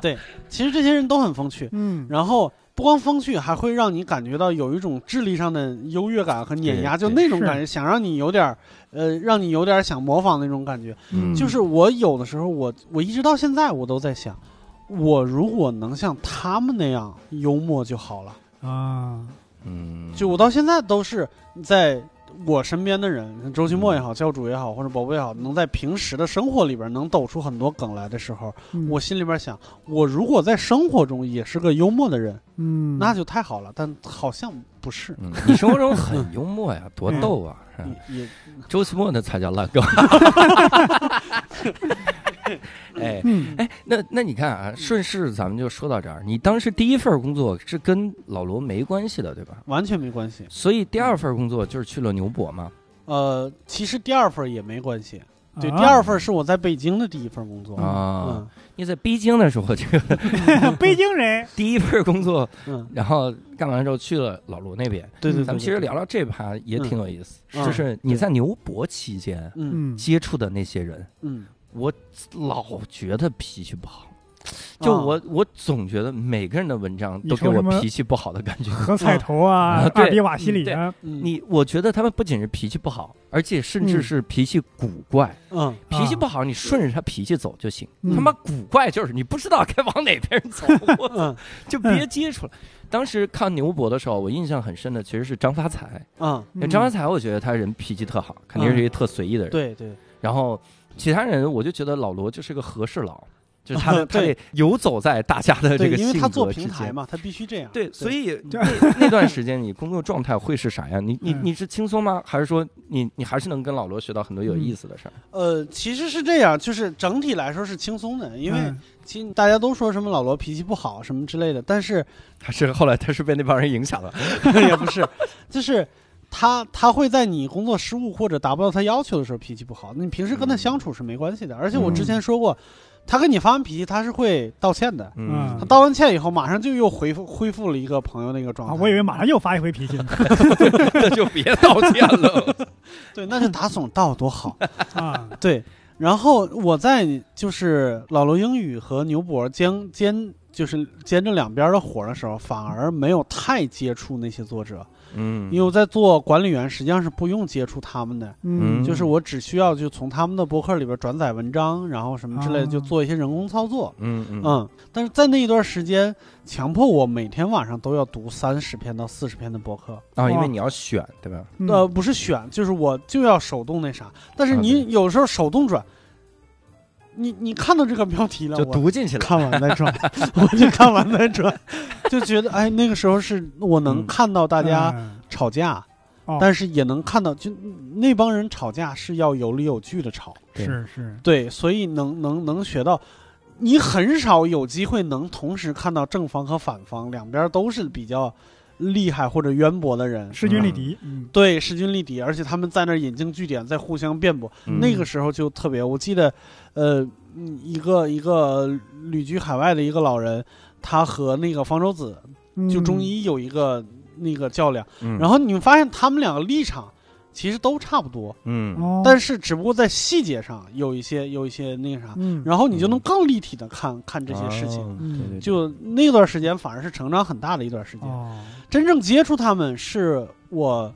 对，其实这些人都很风趣。
嗯，
然后不光风趣，还会让你感觉到有一种智力上的优越感和碾压，
对
就
对
那种
是
感觉，想让你有点儿，呃，让你有点儿想模仿那种感觉。
嗯
就是我有的时候，我我一直到现在，我都在想，我如果能像他们那样幽默就好了。
啊，
嗯，
就我到现在都是在。我身边的人，周奇墨也好，教主也好，或者宝贝也好，能在平时的生活里边能抖出很多梗来的时候，
嗯
我心里边想，我如果在生活中也是个幽默的人，
嗯，
那就太好了，但好像不是，
嗯你生活中很幽默 呀，多逗啊！是吧
嗯也也
周奇墨那才叫烂 梗。哎
嗯
哎，那那你看啊，顺势咱们就说到这儿。你当时第一份工作是跟老罗没关系的，对吧？
完全没关系。
所以第二份工作就是去了牛博嘛。
呃，其实第二份也没关系，对，
啊
第二份是我在北京的第一份工作。
啊，
嗯
你在北京的时候，这个
北京人，
第一份工作，
嗯，
然后干完之后去了老罗那边。
对对对，
嗯咱们其实聊聊这趴也挺有意思，
嗯
就是你在牛博期间
对，对嗯
嗯，
接触的那些人，
嗯，
我老觉得脾气不好。就
啊
我，我总觉得每个人的文章都给
你说什么
我脾气不好的感觉。
和彩头啊
啊，对
二比瓦西里啊，
嗯
你，我觉得他们不仅是脾气不好，而且甚至
嗯
是脾气古怪。
嗯
脾气不好，你顺着他脾气走就行。
啊嗯
他妈古怪就是你不知道该往哪边 走，我操
嗯
就别接触了。当时看牛博的时候，我印象很深的其实是张发财。
嗯，
嗯
张发财，我觉得他人脾气特好，肯定是一个特随意的人。
对对，
然后其他人，我就觉得老罗就是个和事 佬，就是他的
啊
他
对
得游走在大家的这
对，
个
因为
性
他
格
做
之
平
间
台嘛，他必须这样。
对，所 以
对
那那段时间你工作状态会是啥样？你你
嗯
你是轻松吗？还是说你你还是能跟老罗学到很多有意思的事儿？
呃，其实是这样，就是整体来说是轻松的，因为
嗯
其实大家都说什么老罗脾气不好什么之类的，但是
还是后来他是被那帮人影 响了？
也不是，就是他他会在你工作失误或者达不到他要求的时候脾气不好，你平
嗯
时跟他相处是没关系的。而且我之前说过，他跟你发完脾气，他是会道歉的。
嗯
他道完歉以后，马上就又恢复恢复了一个朋友那个状
啊，
态。
我以为马上又发一回脾气 呢
那就别道歉了。
对，那是打怂道多好。
啊，
对，然后我在就是老罗英语和牛博兼兼就是兼着两边的活的时候，反而没有太接触那些作者，
嗯
因为我在做管理员，实际上是不用接触他们的。
嗯，
就是我只需要就从他们的博客里边转载文章，然后什么之类的，
啊
就做一些人工操作。
嗯嗯
嗯，但是在那一段时间，强迫我每天晚上都要读三十篇到四十篇的博客，
啊，因为你要选对吧？
嗯
呃，不是选，就是我就要手动那啥。但是
啊
你有时候手动转，你你看到这个标题了，
就
我
读进去了。
看完再转，我就看完再转，就觉得哎，那个时候是我能
嗯
看到大家
嗯
吵架，
哦
但是也能看到，就那帮人吵架是要有理有据的吵，
对
是是，
对，所以能能能学到。你很少有机会能同时看到正方和反方两边都是比较厉害或者渊博的人，
势均力敌，嗯，
对势均力敌，而且他们在那儿引经据典，在互相辩驳。
嗯
那个时候就特别，我记得，呃，嗯一个一个旅居海外的一个老人，他和那个方舟子
嗯
就中医有一个那个较量，
嗯
然后你们发现他们两个立场其实都差不多，
嗯，
嗯
哦，
但是只不过在细节上有一些有一些那个啥，
嗯，
然后你就能更立体的看看这些事情。
哦
嗯
对对对
就那段时间反而是成长很大的一段时间，
哦，
真正接触他们是我，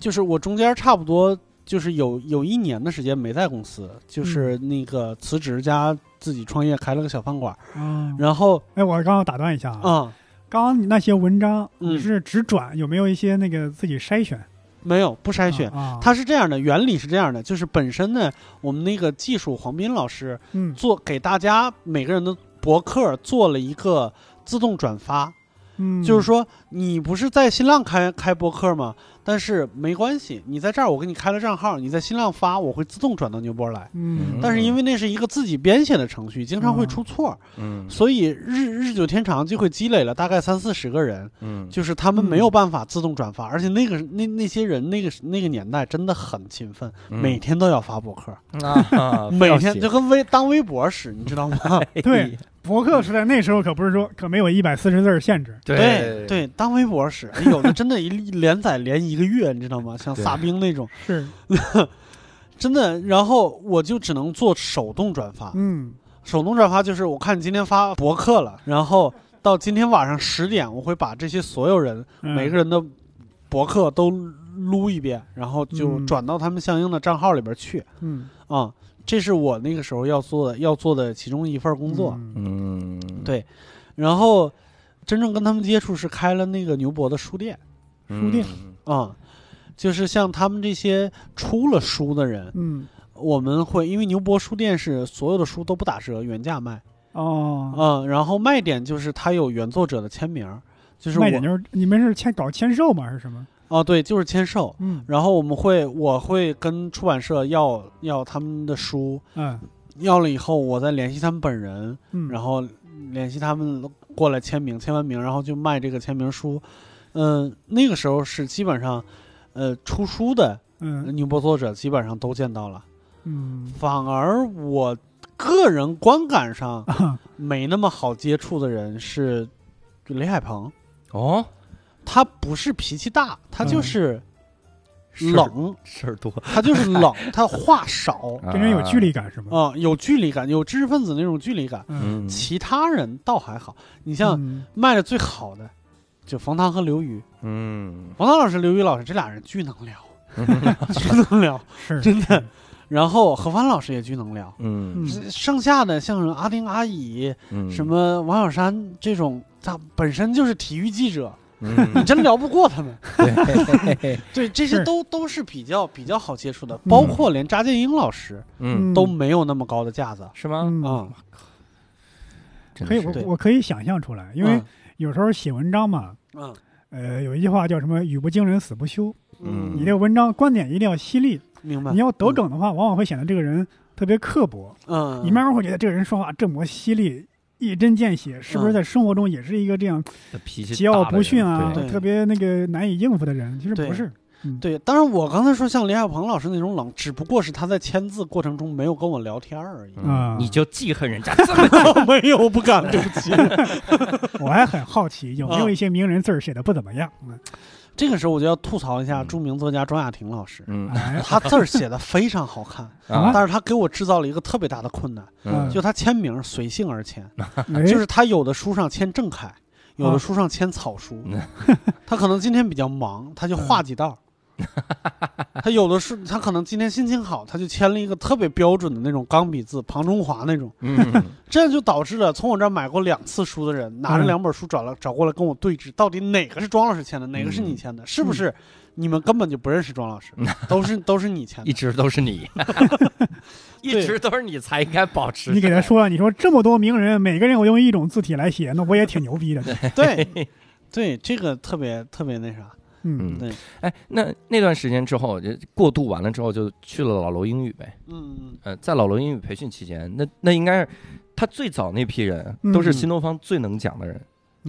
就是我中间差不多就是有有一年的时间没在公司，
嗯
就是那个辞职加自己创业开了个小饭馆，
啊，
然后
哎，我刚刚打断一下啊，
啊、
刚刚你那些文章
嗯
你是只转，有没有一些那个自己筛选？
没有不筛选，
啊，啊
它是这样的，原理是这样的，就是本身呢，我们那个技术黄斌老师
嗯
做给大家每个人的博客做了一个自动转发，
嗯，
就是说你不是在新浪开开博客吗？但是没关系，你在这儿我给你开了账号，你在新浪发，我会自动转到牛波来。
嗯，
但是因为那是一个自己编写的程序，经常会出错儿，
嗯
所以日日久天长就会积累了大概三四十个人，
嗯
就是他们没有办法自动转发，而且那个那那些人那个那个年代真的很勤奋，
嗯
每天都要发博客，
啊，非
每
要
天
写
就跟微当微博使，你知 道吗？
对博客时代那时候可不是说可没有一百四十字儿限制，
对
对，当微博使，有的真的一连载连一个月，你知道吗？像
对
撒冰那种，
是，
真的。然后我就只能做手动转发，
嗯
手动转发就是我看你今天发博客了，然后到今天晚上十点，我会把这些所有人、
嗯
每个人的博客都撸一遍，然后就
嗯
转到他们相应的账号里边去
嗯
啊、这是我那个时候要做的要做的其中一份工作。
嗯
嗯
对然后真正跟他们接触是开了那个牛博的书店
书店
嗯
啊、就是像他们这些出了书的人，
嗯
我们会因为牛博书店是所有的书都不打折，原价卖。
哦，
嗯，然后卖点就是它有原作者的签名儿，就是我
卖点就是你们是签搞签售吗？还是什么？
哦，对，就是签售。
嗯
然后我们会，我会跟出版社要要他们的书，
嗯
要了以后我再联系他们本人，
嗯，
然后联系他们过来签名，签完名然后就卖这个签名书。嗯、那个时候是基本上，呃，出书的呃
嗯
牛博作者基本上都见到了，
嗯
反而我个人观感上
啊
没那么好接触的人是雷海鹏。
哦，
他不是脾气大，他就是
嗯
冷，
事儿多，
他就是冷，他话少，
啊
跟人有距离感是吗？
啊、有距离感，有知识分子那种距离感。
嗯，
嗯，
其他人倒还好，你像
嗯
卖的最好的，就冯唐和刘瑜，
嗯
冯唐老师、刘瑜老师这俩人巨能聊，巨能聊。
是
真的
是
然后何帆老师也巨能聊，
嗯
嗯
剩下的像什么阿丁、阿乙、
嗯，
什么王小山这种，他本身就是体育 记者，你
嗯？
真聊不过他们。
对，
对，这些
是
都都是比较比较好接触的，包
嗯
括连查建英老师
嗯，
都没有那么高的架子
是吗？
嗯
啊。
真
可以，
是
我
对
我可以想象出来，因为有时候写文章嘛，
嗯
呃，有一句话叫什么“语不惊人死不休”，
嗯
你这个文章观点一定要犀利，
明白
你，要抖梗的话，往往会显得这个人特别刻薄，
嗯，
你慢慢会觉得这个人说话这么犀利。一针见血，是不是
嗯
在生活中也是一个这样
脾气
桀骜不驯啊
对，
特别那个难以应付的人？其实
对
不是，
对。当然，我刚才说像林海鹏老师那种冷，只不过是他在签字过程中没有跟我聊天而已。
嗯
啊
你就记恨人 家这么
嗯
没有，我不敢，对不起。
我还很好奇，有没
嗯
有一些名人字儿写的不怎么样？嗯
这个时候我就要吐槽一下
嗯
著名作家庄雅婷老师，
嗯
哎，
他字儿写的非常好看，
啊嗯
但是他给我制造了一个特别大的困难，
嗯
就他签名随性而签，就
就是
他有的书上签正楷，有的
哎啊
书上签草书
嗯，
他可能今天比较忙，他就画几道，他有的是，他可能今天心情好，他就签了一个特别标准的那种钢笔字，庞中华那种，
嗯，
这样就导致了从我这儿买过两次书的人，拿
嗯
着两本书找了找过来跟我对峙，到底哪个是庄老师签的，哪个是
嗯
你签的？是不是你们根本就不认识 庄老师？都是都是你签
一
的。
直都是你， 一直都是你才应该保持。
你给他，说了，你说这么多名人，每个人我用一种字体来写，那我也挺牛逼的。
对，对，这个特别特别那啥。
嗯，
嗯
对，
哎，那那段时间之后，就过渡完了之后，就去了老楼英语呗。
嗯，
呃，在老罗英语培训期间，那那应该是他最早那批人都是
嗯
新东方最能讲的人。
嗯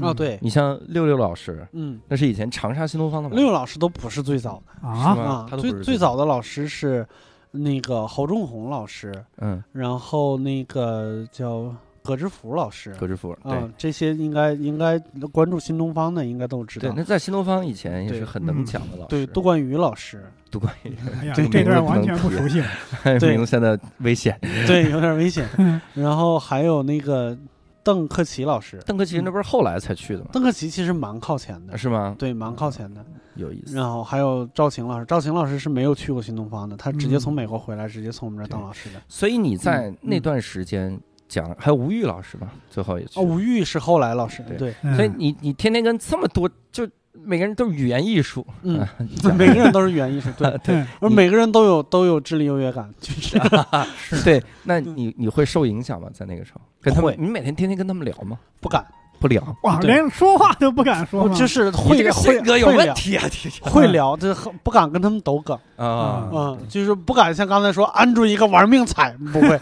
哦，对，
你像六六老师，
嗯，
那是以前长沙新东方的嘛
六老师都不是最早的
是
啊，
吗
啊
他，都不
最
是最
最
早
早的老师是那个侯仲宏老师，
嗯，
然后那个叫葛之福老师。
葛之福，对、
啊，这些应该应该关注新东方的应该都知
对
道，。
那在新东方以前也是很能讲的老师，
嗯对，杜冠宇老师，
杜冠宇，
哎呀，
这个名
这
字
段
不
完
能
全不
提
熟悉了。
对嗯
名字现在危险。
对，有点危 险。然后还有那个邓克奇老师，
邓克奇那不是后来才去的吗？
邓克奇其实蛮靠前的，
是吗？
对，蛮靠前的。
有意思。
然后还有赵晴老师，赵晴老师是没有去过新东方的，他直接
嗯
从美国回来，直接从我们这儿当老师的。
所以你在
嗯
那段时间讲，还有吴玉老师嘛，最后也去
哦，
了。
吴玉是后来老师，
对
对，
嗯
所以你你天天跟这么多，就每个人都是语言艺术，
嗯，
讲
每个人都是原艺术， 对，
对，
而每个人都有都有智力优越感，就是
对，那你你会受影响吗？在那个时候，跟他们
会，
你每天天天跟他们聊吗？
不敢，
不聊，
哇，
对
连说话都不敢说
我
吗？
就是
你
会
这个
会
性格有
会
问
聊
题啊！
会聊，这很不敢跟他们抖梗，
啊，
嗯，就是不敢像刚才说按住一个玩命踩，不 会，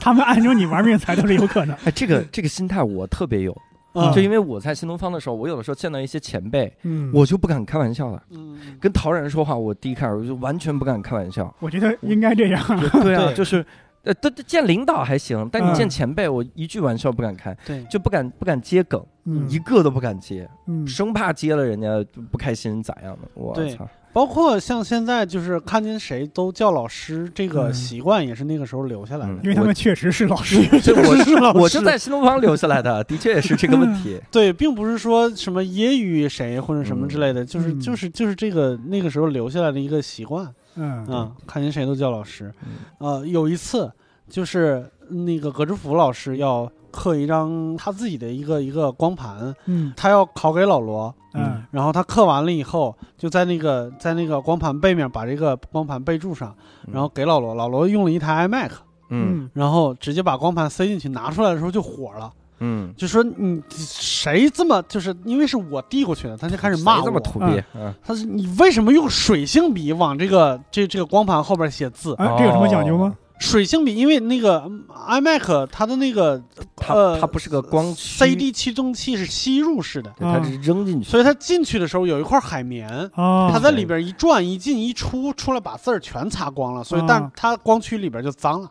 他们按住你玩命才都是有可能。
哎，这个这个心态我特别有，
啊
嗯
就因为我在新东方的时候，我有的时候见到一些前辈，
嗯，
我就不敢开玩笑了。
嗯，
跟陶然说话，我第一开始我就完全不敢开玩笑。
我觉得应该这样。
对啊，
对
就是。呃，对对，见领导还行，但你见
嗯
前辈，我一句玩笑不敢开，
对，
就不敢不敢接梗，
嗯
一个都不敢接，
嗯
生怕接了人家不开心咋样的。我
对
操，
包括像现在就是看见谁都叫老师，这个
嗯
习惯也是那个时候留下来的。
嗯
因为他
我
们确实是老师。
这 我
是老师嗯
我就在新东方留下来的，的确也是这个问题。
对，并不是说什么揶揄谁或者什么之类的，就是
嗯
就是就是这个那个时候留下来的一个习惯
嗯
啊，看见谁都叫老师
嗯。
呃，有一次就是那个葛之福老师要刻一张他自己的一个一个光盘，
嗯
他要拷给老罗，
嗯
然后他刻完了以后，就在那个在那个光盘背面把这个光盘备注上，然
嗯
后给老罗，老罗用了一台 iMac。
嗯
然后直接把光盘塞进去，拿出来的时候就火了，
嗯，
就说你谁这么就是因为是我递过去的，他就开始骂
谁这么
我，
土鳖，嗯，
他说你为什么用水性笔往这个这这个光盘后边写字？
啊，这有什么讲究吗？
水性笔，因为那个嗯 iMac 它的那个
它
呃
它不是个光驱
CD 驱动器是吸入式的，
对，它是扔进去，
所以它进去的时候有一块海
嗯
绵。
啊，
它在里边一转一进一出，出来把字儿全擦光了，所以
啊
嗯
但它光驱里边就脏了。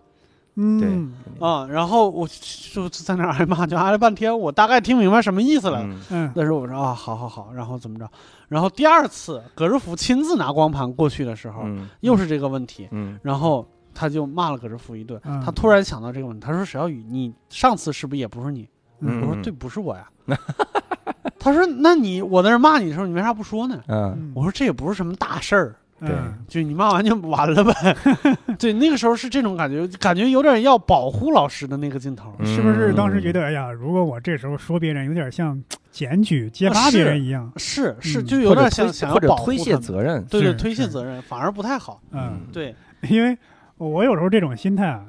嗯
啊、然后我就就在那儿挨骂，就挨了半天，我大概听明白什么意思了。
嗯
嗯
那时候我说啊，好好好，然后怎么着？然后第二次葛之福亲自拿光盘过去的时候，
嗯
又是这个问题，
嗯
然后他就骂了葛之福一顿。
嗯
他突然想到这个问题，他说：“沈小雨，你上次是不是也不是你？”
嗯
我说：“对，不是我呀。”他说：“那你我在这儿骂你的时候，你为啥不说呢？”
嗯，
我说：“这也不是什么大事儿，
对
就你骂完就完 了呗。对，那个时候是这种感觉，感觉有点要保护老师的那个劲头。
嗯
是不是
嗯
当时觉得，哎呀，如果我这时候说别人，有点像检举、揭发别人一样？
是是，
嗯
就
或
有
者
点
推
想想要
或者
保护
推卸
他们
责任？
对对，
是
推卸
是
责任反而不太好。
嗯，
对，
因为我有时候这种心态啊，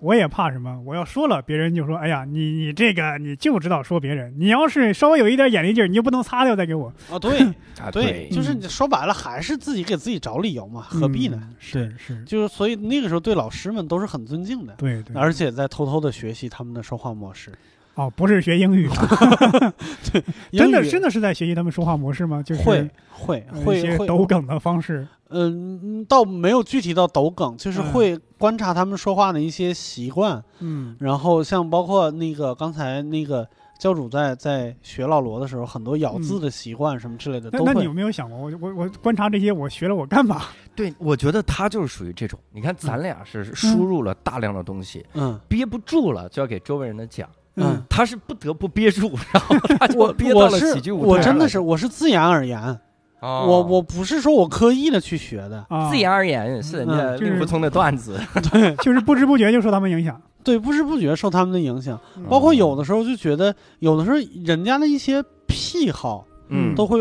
我也怕什么？我要说了，别人就说，哎呀，你你这个你就知道说别人，你要是稍微有一点眼力劲儿，你就不能擦掉再给我。
啊，对
啊
对，
对，
就是
嗯
你说白了还是自己给自己找理由嘛，何必呢？
嗯？是是，
就是所以那个时候对老师们都是很尊敬的，
对对。
而且在偷偷的学习他们的说话模式。
哦，不是学 英语，真的真
的
的是在学习他们说话模式吗？就是
会会
呃一
会
些
会，
抖梗的方式。
嗯，嗯倒没有具体到抖梗，就是
嗯
会观察他们说话的一些习惯，
嗯
然后像包括那个刚才那个。教主在在学老罗的时候，很多咬字的习惯什么之类的
嗯那
都
那你
会
有。没有想过，我我我观察这些，我学了我干嘛？
对，嗯我觉得他就是属于这种。你看，咱俩是输入了大量的东西，
嗯
憋不住了就要给周围人的讲，
嗯，
他是不得不憋住，然后他就
我
憋到
我
了喜
是
剧舞台
我真的
了
是我是自然而言，
哦
我我不是说我刻意的去学的，
啊，
自然而然是人家
嗯
就是
令狐冲的段子，
就是不知不觉就受他们影响。
对，不知不觉受他们的影响，包括有的时候就觉得，有的时候人家的一些癖好
嗯，
都会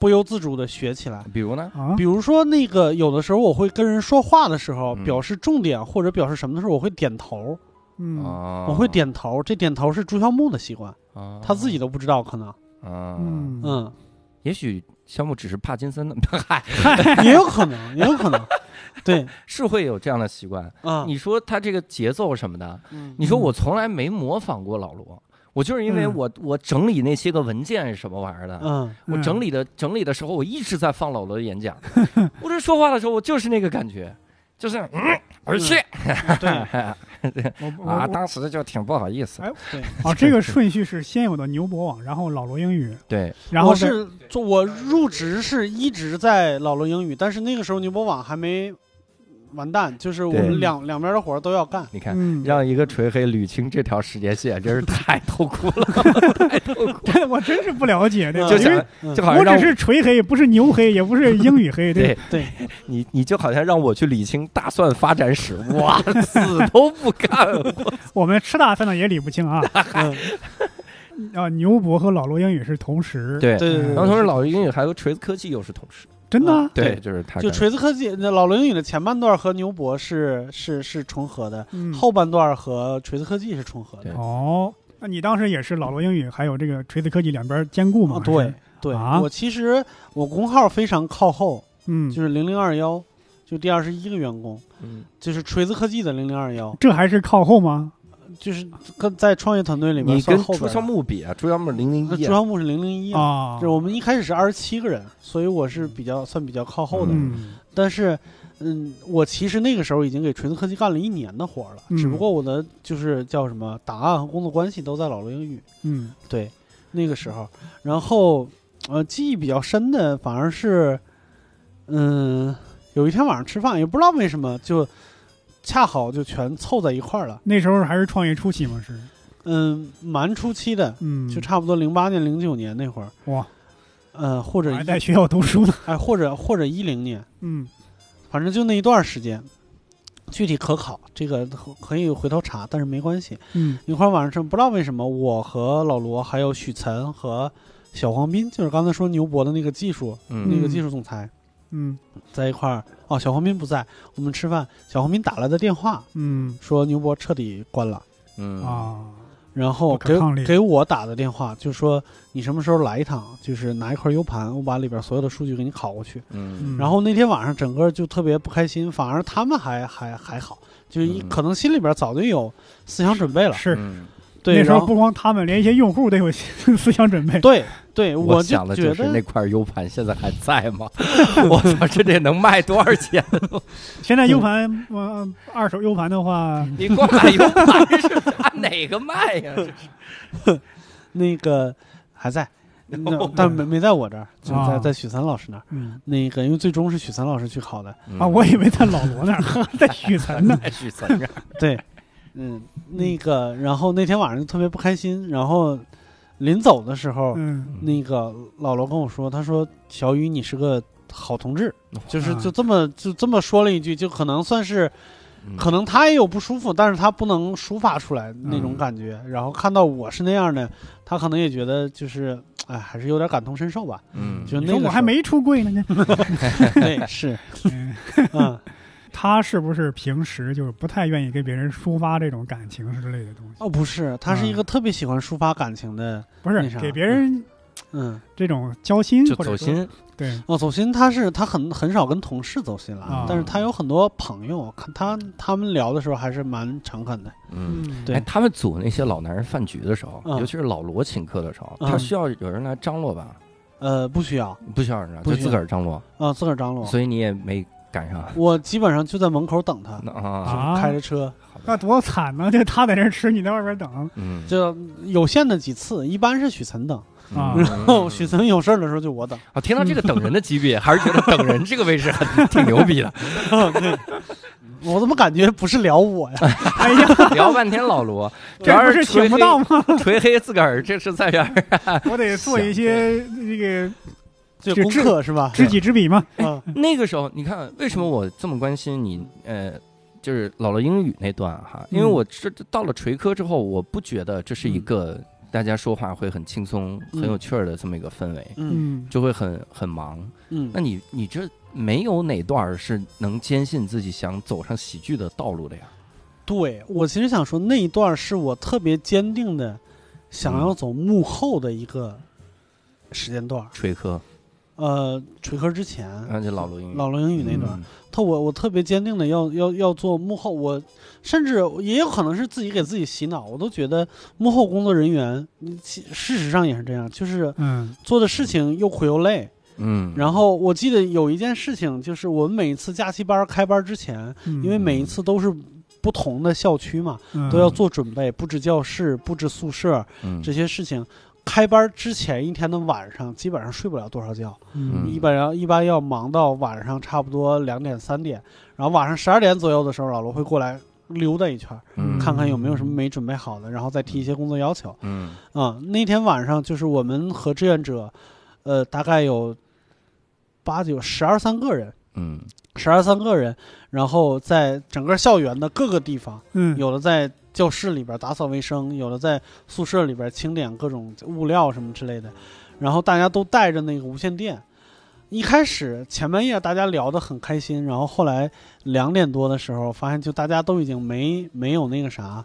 不由自主的学起来。
比如呢，
啊
比，如说那个，有的时候我会跟人说话的时候，
嗯
表示重点或者表示什么的时候，我会点头，
嗯
哦
我会，点头。这点头是朱孝木的习惯，
哦
他自己，都不知道，可能，
嗯，
嗯，
嗯，
也许肖木只是帕金森的，嗨，
嗯也有可能，也有可能， 对，
是会有这样的习惯。
啊，
你说他这个节奏什么的，
嗯
你说我从来没模仿过老罗，我就是因为
嗯
我我整理那些个文件是什么玩意儿的，
嗯，
我整理的整理的时候，我一直在放老罗的演讲，我这说话的时候，我就是那个感觉，就是嗯，而且
对，
嗯我 我
啊，
我
当时就挺不好意思
哎，啊，这个顺序是先有的牛博网，然后老罗英语，
对，
然后
我
再
是做我入职是一直在老罗英语，但是那个时候牛博网还没完蛋，就是我
对
们两两边的活儿都要干。
你看。
嗯，
让一个锤黑捋清这条时间线，真是太痛苦了，太痛苦了。
我真是不了解这个，
嗯
就
因为
想
嗯
就好像
我
让
只是锤黑，不是牛黑，也不是英语黑，
对
对，
对，
你，你就好像让我去理清大蒜发展史，哇， 死都不干。
我们吃大饭的也理不清啊。
嗯
啊，牛博和老罗英语是同时，，
对，
对对
嗯
然后
对，
同时老英语还有锤子科技又是同事，
真的啊
嗯对
就是他
就
干
锤子科技那老罗英语的前半段和牛博是是是重合的，
嗯
后半段和锤子科技是重合的
对。
哦，那你当时也是老罗英语还有这个锤子科技两边兼顾嘛
啊？，对
是，
对，
啊
我其实我工号非常靠后，
嗯
就，是零零二幺，就第二十一个员工，
嗯
就是锤子科技的零零二幺，
这还是靠后吗？
就是跟在创业团队里面
你
算
跟
后
朱
边
孝
儿。
木比啊，朱孝木零零
那
一
呃朱，孝木是零零一啊，
啊，
就是我们一开始是二十七个人，所以我是比较算比较靠后的。
嗯
但是，嗯，我其实那个时候已经给锤子科技干了一年的活儿了，
嗯
只不过我的就是叫什么档案和工作关系都在老罗英语。
嗯
对，那个时候，然后呃，记忆比较深的反而是，嗯、有一天晚上吃饭，也不知道为什么就恰好就全凑在一块儿了。
那时候还是创业初期嘛，是，
嗯，蛮初期的，
嗯，
就差不多零八年、零九年那会儿，
哇，
呃，或者
还
一
在学校读书呢，
哎，或者或者一零年，
嗯
反正就那一段时间，具体可考，这个可可以回头查，但是没关系。
嗯
一会儿晚上不知道为什么，我和老罗还有许晨和小黄斌，就是刚才说牛博的那个技术、
嗯
那个技术总裁，
嗯
在一块儿。哦，小黄斌不在，我们吃饭，小黄斌打来的电话
嗯
说牛博彻底关了，
嗯，
啊，
然后
不可
给
抗力
给我打的电话就说你什么时候来一趟，就是拿一块 U 盘，我把里边所有的数据给你拷过去。
嗯
嗯
然后那天晚上整个就特别不开心，反而他们还还还好，就是一
嗯
可能心里边早就有思想准备了。
是
嗯
对，
那时
然
候
后
不光他们，连一些 用户都有思想准备，
对对，
我
就
想的
觉
是那
得
块 U 盘现在还在吗？ 我操，这得能卖多少钱？
现在 U 盘，呃，二手 U 盘的话，
嗯
你光买 U 盘是按哪个卖哎 呀？
那个还在，那但没没在我这儿，就在
啊
在许三老师那儿。
嗯
那个因为最终是许三老师去考的，
啊，我以为在老罗那儿，在 许岑呢，
太许存着。
对，嗯，那个然后那天晚上就特别不开心，然后临走的时候，
嗯
那个老罗跟我说，他说小雨你是个好同志，就是
啊
就这么就这么说了一句，就可能算是。
嗯
可能他也有不舒服，但是他不能抒发出来那种感觉。然后看到我是那样的，他可能也觉得就是，哎，还是有点感同身受吧。
嗯
就
你
那
说
个
我还
时候
没出柜呢 呢，
对，哎是，
嗯
嗯，
他是不是平时就是不太愿意跟别人抒发这种感情之类的东西？
哦，不是，他是一个特别喜欢抒发感情的，
不
那
是
啥
给别人
嗯，
这种交心
就
或者
走
说
心，
对，
哦，走心，他是他很很少跟同事走心了，
啊
但是他有很多朋友，看他他们聊的时候还是蛮诚恳的。
嗯。
对
哎，他们组那些老男人饭局的时候，
嗯
尤其是老罗请客的时候，
嗯
他需要有人来张罗吧？
呃，不需要啊、
不需要人，
不
就
需要哦
自个儿张罗，
自个儿张罗，
所以你也没赶 上。
我基本上就在门口等他，
那啊，
啊
开着车，
好吧，
那多惨呢！ 就他在这儿吃，你在外边等，
嗯，
就有限的几次，一般是许晨等，
啊
然后 许晨有事儿的时候就我等。
我嗯啊听到这个等人的级别，还是觉得等人这个位置很挺牛逼的。
对， 我怎么感觉不是聊我呀？
哎呀，
聊半天老罗，主
这
要
不是
锤
请不
黑哎
到吗？
锤黑自个儿，这是在这儿
我得做一些这个
就
这
功
这
课是吧？
知己知彼嘛，
嗯
那个时候，你看为什么我这么关心你？呃，就是姥姥英语那段哈，因为
嗯
我这这到了锤科之后，我不觉得这是一个大家说话会很轻松、
嗯
很有趣儿的这么一个氛围，
嗯
嗯，
就会很很忙。
嗯
那你你这没有哪段儿是能坚信自己想走上喜剧的道路的呀？
对我其实想说，那一段是我特别坚定的想要走幕后的一个时间段儿。
锤科，
呃，锤科之前，
而且姥姥英语，
老罗英语那段，
啊嗯
他我我特别坚定的要要要做幕后，我甚至也有可能是自己给自己洗脑，我都觉得幕后工作人员，你其事实上也是这样，就是
嗯
做的事情又苦又累。
嗯，
然后我记得有一件事情，就是我们每一次假期班儿开班儿之前，
嗯，
因为每一次都是不同的校区嘛，
嗯
都要做准备，布置教室、布置宿舍
嗯
这些事情。开班之前一天的晚上，基本上睡不了多少觉，
嗯
一般要一般要忙到晚上差不多两点三点，然后晚上十二点左右的时候，老罗会过来溜达一圈，
嗯
看看有没有什么没准备好的，然后再提一些工作要求。
嗯
啊、那天晚上就是我们和志愿者，呃，大概有八九十二三个人，
嗯
十二三个人，然后在整个校园的各个地方，
嗯
有的在教室里边打扫卫生，有的在宿舍里边清点各种物料什么之类的，然后大家都带着那个无线电。一开始前半夜大家聊得很开心，然后后来两点多的时候，发现就大家都已经没没有那个啥，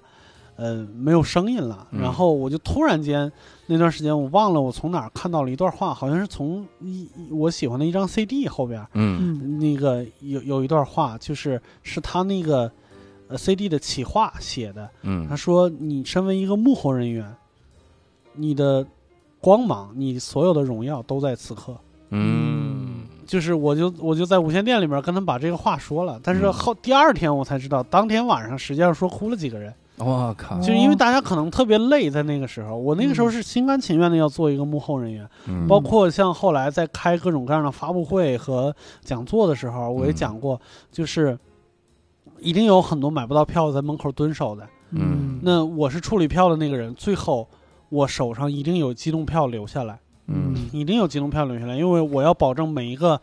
呃，没有声音了。
嗯
然后我就突然间那段时间我忘了我从哪儿看到了一段话，好像是从一一我喜欢的一张 CD 后边，
嗯
嗯
那个有有一段话，就是是他那个呃 CD 的企划写的。他
嗯
说：“你身为一个幕后人员，你的光芒，你所有的荣耀都在此刻。
嗯
就是我就我就在无线电里面跟他们把这个话说了，但是
嗯
后第二天我才知道，当天晚上实际上说哭了几个人，
我靠，
就是因为大家可能特别累，在那个时候，我那个时候
嗯
是心甘情愿的要做一个幕后人员，
嗯
包括像后来在开各种各样的发布会和讲座的时候，我也
嗯
讲过，就是一定有很多买不到票的在门口蹲守的。
嗯
那我是处理票的那个人，最后我手上一定有机动票留下来，
嗯
一定有机动票留下来，因为我要保证每一个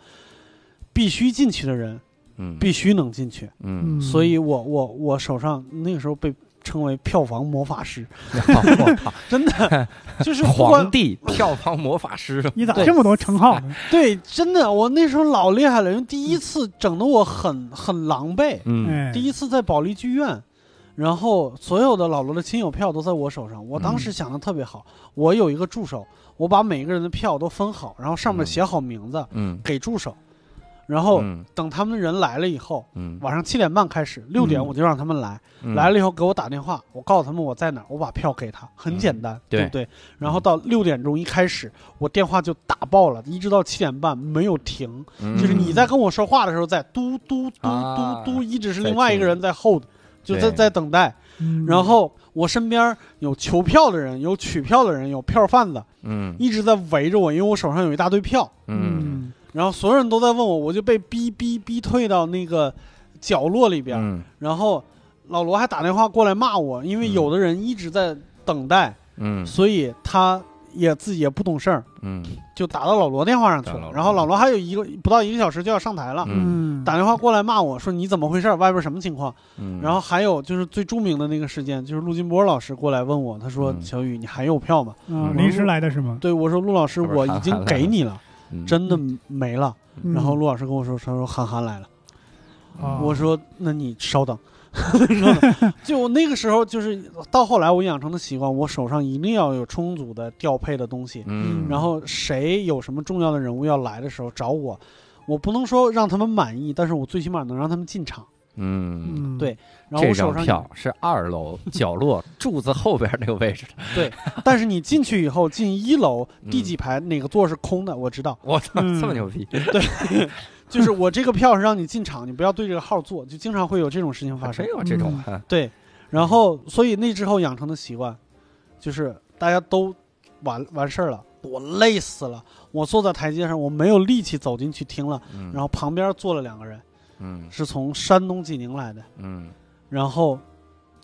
必须进去的人
嗯
必须能进去，
嗯，
所以我我我手上那个时候被称为票房魔法师，
我靠。
真的 就是 不管
皇帝、票房魔法师，
你咋
对
这么多称号呢？
对，真的，我那时候老厉害了，因为第一次整的我很很狼狈。
嗯
哎，
第一次在保利剧院，然后所有的老罗的亲友票都在我手上。我当
嗯
时想的特别好，我有一个助手，我把每个人的票都分好，然后上面
嗯
写好名字、
嗯，
给助手，然后
嗯
等他们人来了以后，
嗯
晚上七点半开始，六点我就让他们来，
嗯
来了以后给我打电话，我告诉他们我在哪儿，我把票给他，很简单，
嗯对
对不对？然后到六点钟一开始，我电话就打爆了，一直到七点半没有停，
嗯
就是你在跟我说话的时候在嘟嘟嘟
啊
嘟嘟，一直是
在
另外一个人在 hold，就在
对
在等待。
嗯
然后我身边有求票的人，有取票的人，有票贩子，
嗯
一直在围着我，因为我手上有一大堆票，
嗯
然后所有人都在问我，我就被逼逼逼退到那个角落里边儿。
嗯
然后老罗还打电话过来骂我，因为
嗯
有的人一直在等待，
嗯
所以他也自己也不懂事儿，
嗯
就打到老罗电话上去
打老
了。
罗
然后老罗还有一个不到一个小时就要上台了，
嗯
嗯，
打电话过来骂我说你怎么回事儿？外边什么情况？
嗯，
然后还有就是最著名的那个事件，就是陆金波老师过来问我，他说：“
嗯
小雨，你还有票吗
啊临时来的是吗？”？
对我说：“陆老师，
后边
我
韩
已
寒
经
来
给
了嗯
你了，真的没了。”
嗯
然后陆老师跟我说：“他说韩寒来了。”
啊
我说：“那你稍等。” 稍 等就我那个时候，就是到后来我养成的习惯，我手上一定要有充足的调配的东西。
嗯，
然后谁有什么重要的人物要来的时候找我，我不能说让他们满意，但是我最起码能让他们进场。
嗯。
嗯，
对然后
这
我手
张
上
票是二 楼角落柱子后边那个位置的，
但是你进去以后，进一楼
嗯
第几排哪个座是空的，我知道。
我操，
嗯
这么牛逼！
就是我这个票是让你进场，你不要对这个号坐，就经常会有这种事情发
啊
生
真。有这种
嗯
啊？
对，然后所以那之后养成的习惯，就是大家都完完事儿了，我累死了，我坐在台阶上，我没有力气走进去听了。
嗯
然后旁边坐了两个人，
嗯
是从山东济宁来的，
嗯
然后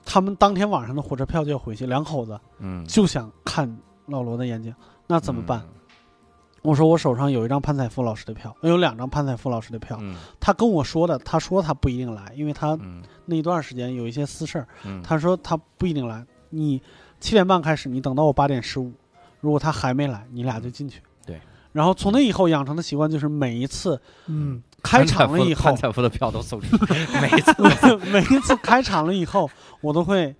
他们当天晚上的火车票就要回去，两口子
嗯，
就想看老罗的演讲，那怎么办？我说我手上有一张潘采夫老师的票，有两张潘采夫老师的票。
嗯
他跟我说的，他说他不一定来，因为他
嗯
那一段时间有一些私事儿。
嗯，
他说他不一定来，你七点半开始，你等到我八点十五，如果他还没来，你俩就进去。
嗯对。
然后从那以后养成的习惯就是每一次
嗯，
开场了以后
潘，采夫的票都送出 去，每一次
每一次开场了以后，我都会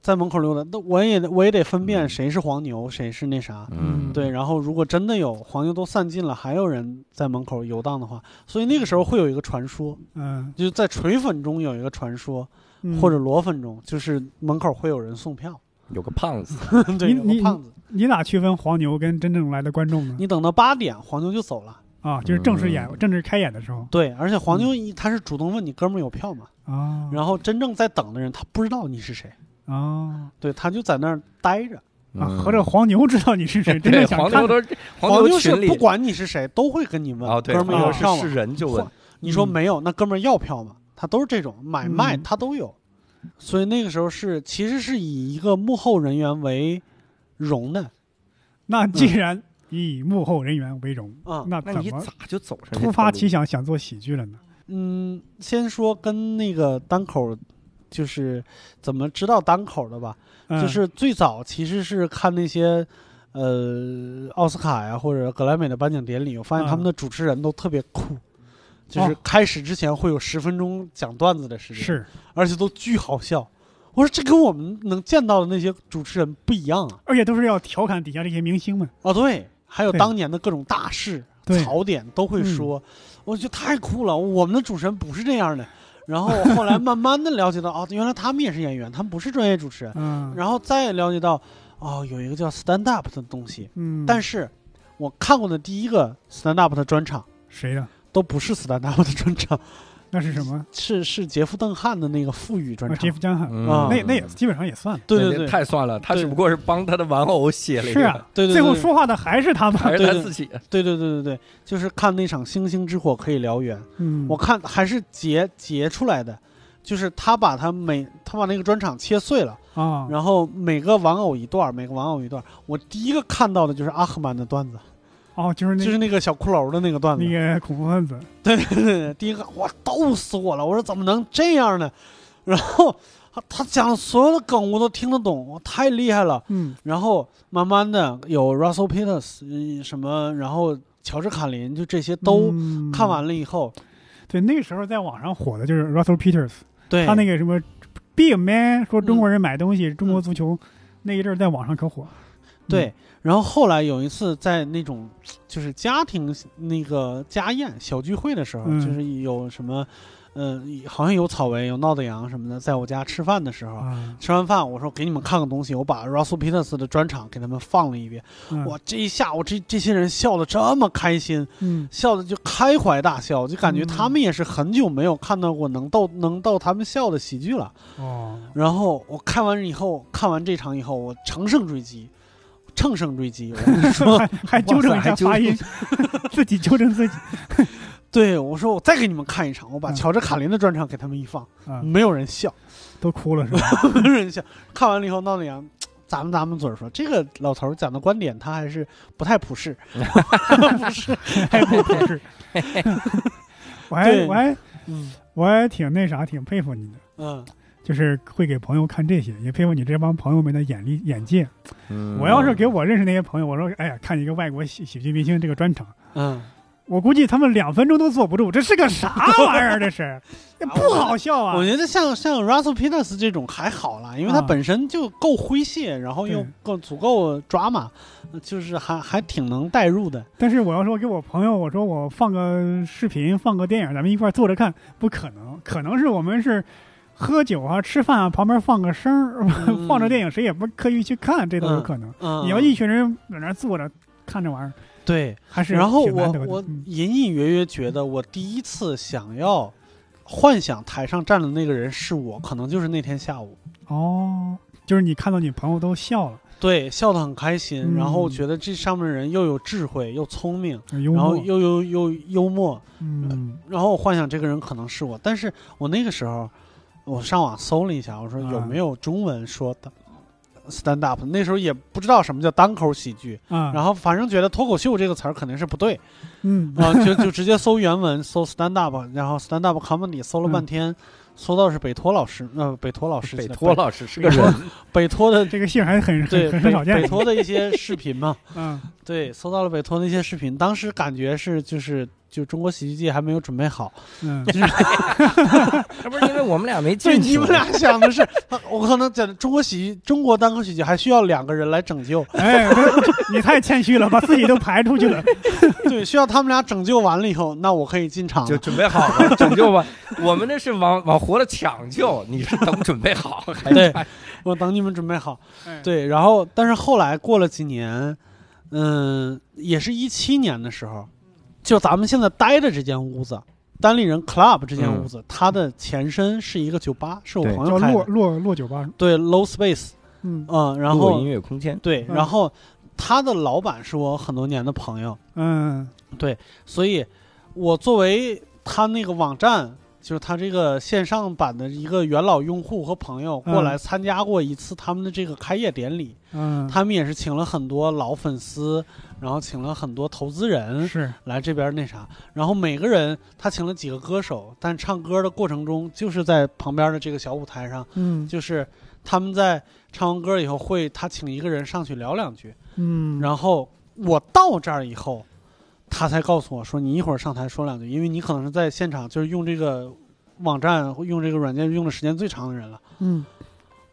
在门口溜达。那我也我也得分辨
嗯
谁是黄牛，谁是那啥。
嗯
对，然后如果真的有黄牛都散尽了，还有人在门口游荡的话，所以那个时候会有一个传说，
嗯，
就是在锤粉中有一个传说，
嗯
或者裸粉中，就是门口会有人送 票。
有个胖子，
对，
你
有个
你
胖子，
你咋区分黄牛跟真正来的观众呢？
你等到八点，黄牛就走了。
啊，就是正式
嗯
演、正式开演的时候
对，而且黄牛一他是主动问你哥们儿有票吗？
嗯
啊，
然后真正在等的人，他不知道你是谁，
啊
对，他就在那儿待着。
啊，合着黄牛知道你是 谁，真
嗯对
正想
黄
看
牛都
嗯黄
牛
是
群里
不管你是谁，都会跟你问
哦，对，
哥们
黄
儿啊有
牛
票
是
吗
是？人就问
或，你说
嗯
没有，那哥们儿要票吗？他都是这种买卖，
嗯
他都有。所以那个时候是其实是以一个幕后人员为荣的
那既然以幕后人员为荣，
嗯啊。
那
那
怎
你
么
咋就走上这
突
条
发
路
奇想想做喜剧了呢？
嗯，先说跟那个单口，就是怎么知道单口的吧。
嗯、
就是最早其实是看那些，呃，奥斯卡呀或者格莱美的颁奖典礼，我发现他们
嗯
的主持人都特别酷，就是
哦
开始之前会有十分钟讲段子的时间，，
是
而且都巨好笑。我说这跟我们能见到的那些主持人不一样啊！
而且都是要调侃底下这些明星们。
哦，对，还有
对
当年的各种大事
对
槽点都会
嗯
说，我觉得太酷了。我们的主持人不是这样的。然后后来慢慢的了解到，哦，原来他们也是演员，他们不是专业主持人。
嗯，
然后再了解到，哦，有一个叫 stand up 的东西，
嗯，
但是我看过的第一个 stand up 的专场
谁的？
都不是 stand up 的专场，
那是什么？
是是杰夫邓汉的那个富语专
啊，
场
杰。夫·江汉，
啊
那那也基本上也算了。
对
那
对
那
对，
嗯太算了，他
对
只不过是帮他的玩偶写了一
是
个，
啊，
对对对
最后说话的还是他们。
还是
对
他
对
自己。
对对对对对，就是看那场《星星之火可以燎原》，
嗯，
我看还是截截出来的，就是他把他每他把那个专场切碎了，
啊，
然后每个玩偶一段儿，每个玩偶一段儿。我第一个看到的就是阿赫曼的段子，
哦，就是那
就是那个小骷髅的那个段子
那。个恐怖分子，
第一个哇，逗死我了！我说怎么能这样呢？ 然后他他讲的所有的梗我都听得懂，我太厉害了。
嗯
然后慢慢的有 Russell Peters 嗯什么，然后乔治卡林，就这些都
嗯
看完了以后，
对，那个时候在网上火的就是 Russell Peters，
对
他那个什么 Big Man 说中国人买东西，中国足球那一阵儿在网上可火。嗯
对。然后后来有一次在那种就是家庭那个家宴小聚会的时候，
嗯
就是有什么，呃，好像有草莓有闹的羊什么的，在我家吃饭的时候。
啊，
吃完饭，我说给你们看个东西，我把 Russell Peters 的专场给他们放了一遍。
嗯
哇，这一下午这这些人笑的这么开心，
嗯
笑的就开怀大笑，就感觉
嗯
他们也是很久没有看到过能逗能逗他们笑的喜剧了。
哦，
然后我看完以后，看完这场以后，我乘胜追击，乘胜追击。我跟你 说，
还 还纠正一下发音， 自己纠正自己。
对我说，我再给你们看一场，我把
嗯
乔治卡林的专场给他们一放，
啊，
没有人笑，
都哭了是 吧？
没有人笑。看完了以后，闹那样。嘖咂们咂们嘴儿说，这个老头儿讲的观点他还是不太普世，不是，
还不合 适。我还
对
我还
嗯
我还挺那啥，挺佩服你的，
嗯，
就是会给朋友看这些，也佩服你这帮朋友们的眼力眼界。
嗯
我要是给我认识那些朋友，我说哎呀，看一个外国喜喜剧明星这个专场，
嗯，
我估计他们两分钟都坐不住，这是个啥玩意儿？这 是，也不好笑啊
我！觉得像像 Russell Peters 这种还好啦，因为他
啊
本身就够诙谐，然后又
对
够足够 drama，呃就是还还挺能代入的。
但是我要说给我朋友，我说我放个视频，放个电影，咱们一块儿坐着看，不可能，可能是我们是喝酒啊、吃饭啊，旁边放个声儿，
嗯
放着电影，谁也不刻意去看，这都有可能。
嗯，
你要一群人在那儿坐着看这玩意儿，
对，
还是
然后
挺难
我
得的
我
嗯
隐隐约约觉得，我第一次想要幻想台上站的那个人是我，可能就是那天下午。
哦，就是你看到你朋友都笑了，
对，笑得很开心，
嗯
然后觉得这上面人又有智慧，又聪明，
很幽
然后
默，
又又又幽默，
嗯
然后我幻想这个人可能是我，但是我那个时候我上网搜了一下，我说
啊
有没有中文说的、 stand up，那时候也不知道什么叫单口喜剧，
啊，
然后反正觉得脱口秀这个词儿肯定是不对，
嗯
啊，就就直接搜原文，搜 stand up，然后 stand up comedy 搜了半天，搜到是北托老师，呃，北托老师，
北托
北
老师是个人，
北 托的
这个姓还很
对
很很少
北
见
北，托的一些视频嘛，
嗯
对，搜到了北托的一些视频，当时感觉是就是就中国喜剧界还没有准备好，
嗯
这不是因为我们俩没
对
进去
你
吗，
们俩 想的是，啊我可能讲中国喜剧，中国单口喜剧还需要两个人来拯救，
哎， 不你太谦虚了，把自己都排出去了。
对，需要他们俩拯救完了以后，那我可以进场
就
了。
准备好了拯救吧。 我们那是往往活了抢救，你是等准备好 还
对，我等你们准备好。
哎，
对，然后但是后来过了几年，嗯，也是一七年的时候，就咱们现在待的这间屋子，单立人 Club 这间
嗯
屋子，它的前身是一个酒吧，是我
对
朋
叫
友开
落
的，
落落酒吧，
对，Low Space，
嗯
嗯，然
然后
后
音乐空间，
对，
嗯
然后他的老板是我很多年的朋友，
嗯
所以我作为他那个网站。就是他这个线上版的一个元老用户和朋友过
嗯
来参加过一次他们的这个开业典礼，
嗯，
他们也是请了很多老粉丝，然后请了很多投资人
是
来这边那啥，然后每个人他请了几个歌手，但唱歌的过程中就是在旁边的这个小舞台上，
嗯
就是他们在唱完歌以后会他请一个人上去聊两句，
嗯，
然后我到这儿以后，他才告诉我说你一会儿上台说两句，因为你可能是在现场就是用这个网站用这个软件用的时间最长的人了。
嗯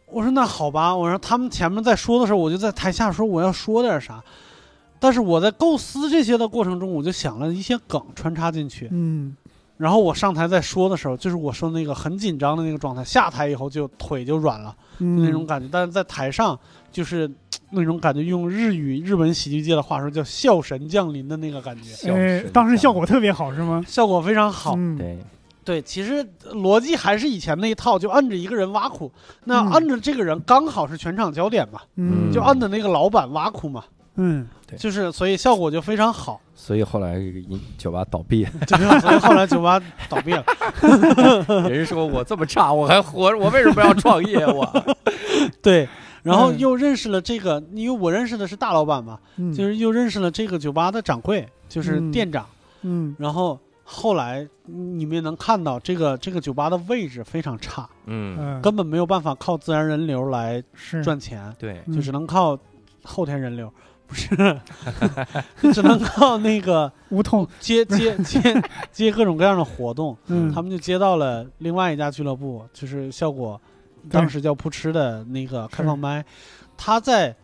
我说那好吧，我说他们前面在说的时候，我就在台下说我要说点啥，但是我在构思这些的过程中，我就想了一些梗穿插进去，
嗯
然后我上台在说的时候，就是我说那个很紧张的那个状态，下台以后就腿就软了、
嗯
那种感觉，但是在台上就是嘖那种感觉，用日语日本喜剧界的话说叫笑神降临的那个感觉，
哎，当时效果特别好是吗？
效果非常好。
嗯，
对，
对，其实呃逻辑还是以前那一套，就摁着一个人挖苦，那
嗯
摁着这个人刚好是全场焦点嘛。
嗯，
就按的那个老板挖苦嘛，
嗯
就是所以效果就非常好，
所以后来这个饮酒吧倒闭，
对吧？所以后来酒吧倒闭 了。
人家说我这么差，我还活着，我为什么要创业？我
对，然后
嗯
又认识了这个，因为我认识的是大老板嘛，
嗯，
就是又认识了这个酒吧的掌柜，就是
嗯
店长。
嗯
然后后来你们也能看到，这个这个酒吧的位置非常差，
嗯，
嗯，
根本没有办法靠自然人流来
是
赚钱，
对，
嗯
就只能靠后天人流，不是，就只能靠那个
无痛，
接接接接各种各样的活动。
嗯，
他们就接到了另外一家俱乐部，就是效果当时叫扑哧的那个开放麦。他在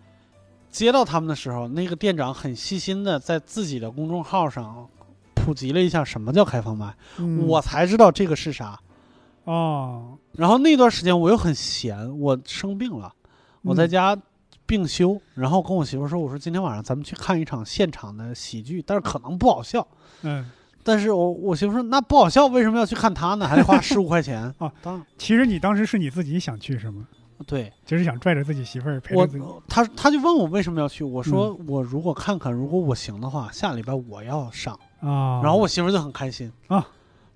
接到他们的时候，那个店长很细心的在自己的公众号上普及了一下什么叫开放麦，
嗯
我才知道这个是啥。
哦，
然后那段时间我又很闲，我生病了，我在家病休，然后跟我媳妇说：“我说今天晚上咱们去看一场现场的喜剧，但是可能不好笑。”
嗯，
但是我我媳妇说那不好笑，为什么要去看他呢？还得花十五块钱
啊！
当然
其实你当时是你自己想去是吗？
对
就是想拽着自己媳妇儿陪着
我
自己，，
他他就问我为什么要去，我说
嗯
我如果看看，如果我行的话，下礼拜我要上。
啊，
然后我媳妇就很开心
啊。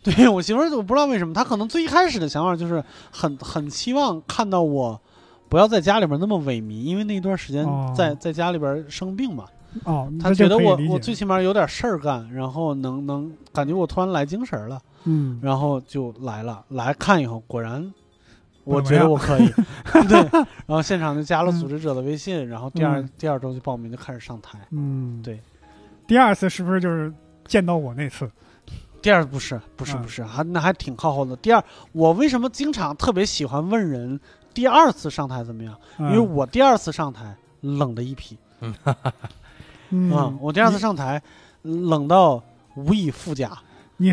对我媳妇儿，我不知道为什么，她可能最一开始的想法就是很很希望看到我不要在家里边那么萎靡，因为那段时间
哦
在、在家里边生病嘛，
哦，
她
那
觉
就
得
可以
我
理
我
解
最起码有点事儿干，然后能能感觉我突然来精神儿了。
嗯
然后就来了，来看以后果然，我
不
觉
怎么
得
样
我可 以，对，然后现场就加了组织者的微信，然后第二、
嗯
第二周就报名就开始上台，
嗯，
对。
第二次是不是就是见到我那次？
第二不是不是
嗯
不是，还那还挺靠后的。第二，我为什么经常特别喜欢问人第二次上台怎么样？
因
因为我第二次上台冷的一批啊、
嗯，
我第二次上台冷到无以复加。
你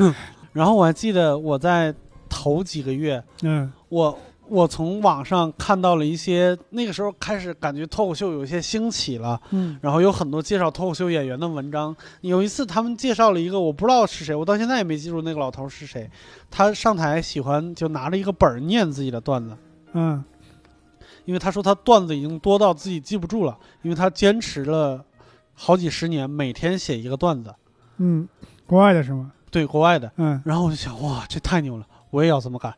然后我还记得我在头几个月，
嗯
我我从网上看到了一些，那个时候开始感觉脱口秀有一些兴起了，
嗯
然后有很多介绍脱口秀演员的文章。有一次他们介绍了一个我不知道是谁，我到现在也没记住那个老头是谁。他上台喜欢就拿着一个本儿念自己的段子，
嗯
因为他说他段子已经多到自己记不住了，因为他坚持了好几十年，每天写一个段子，
嗯，国外的是吗？
对国外的。
嗯
然后我就想，哇，这太牛了，我也要这么干。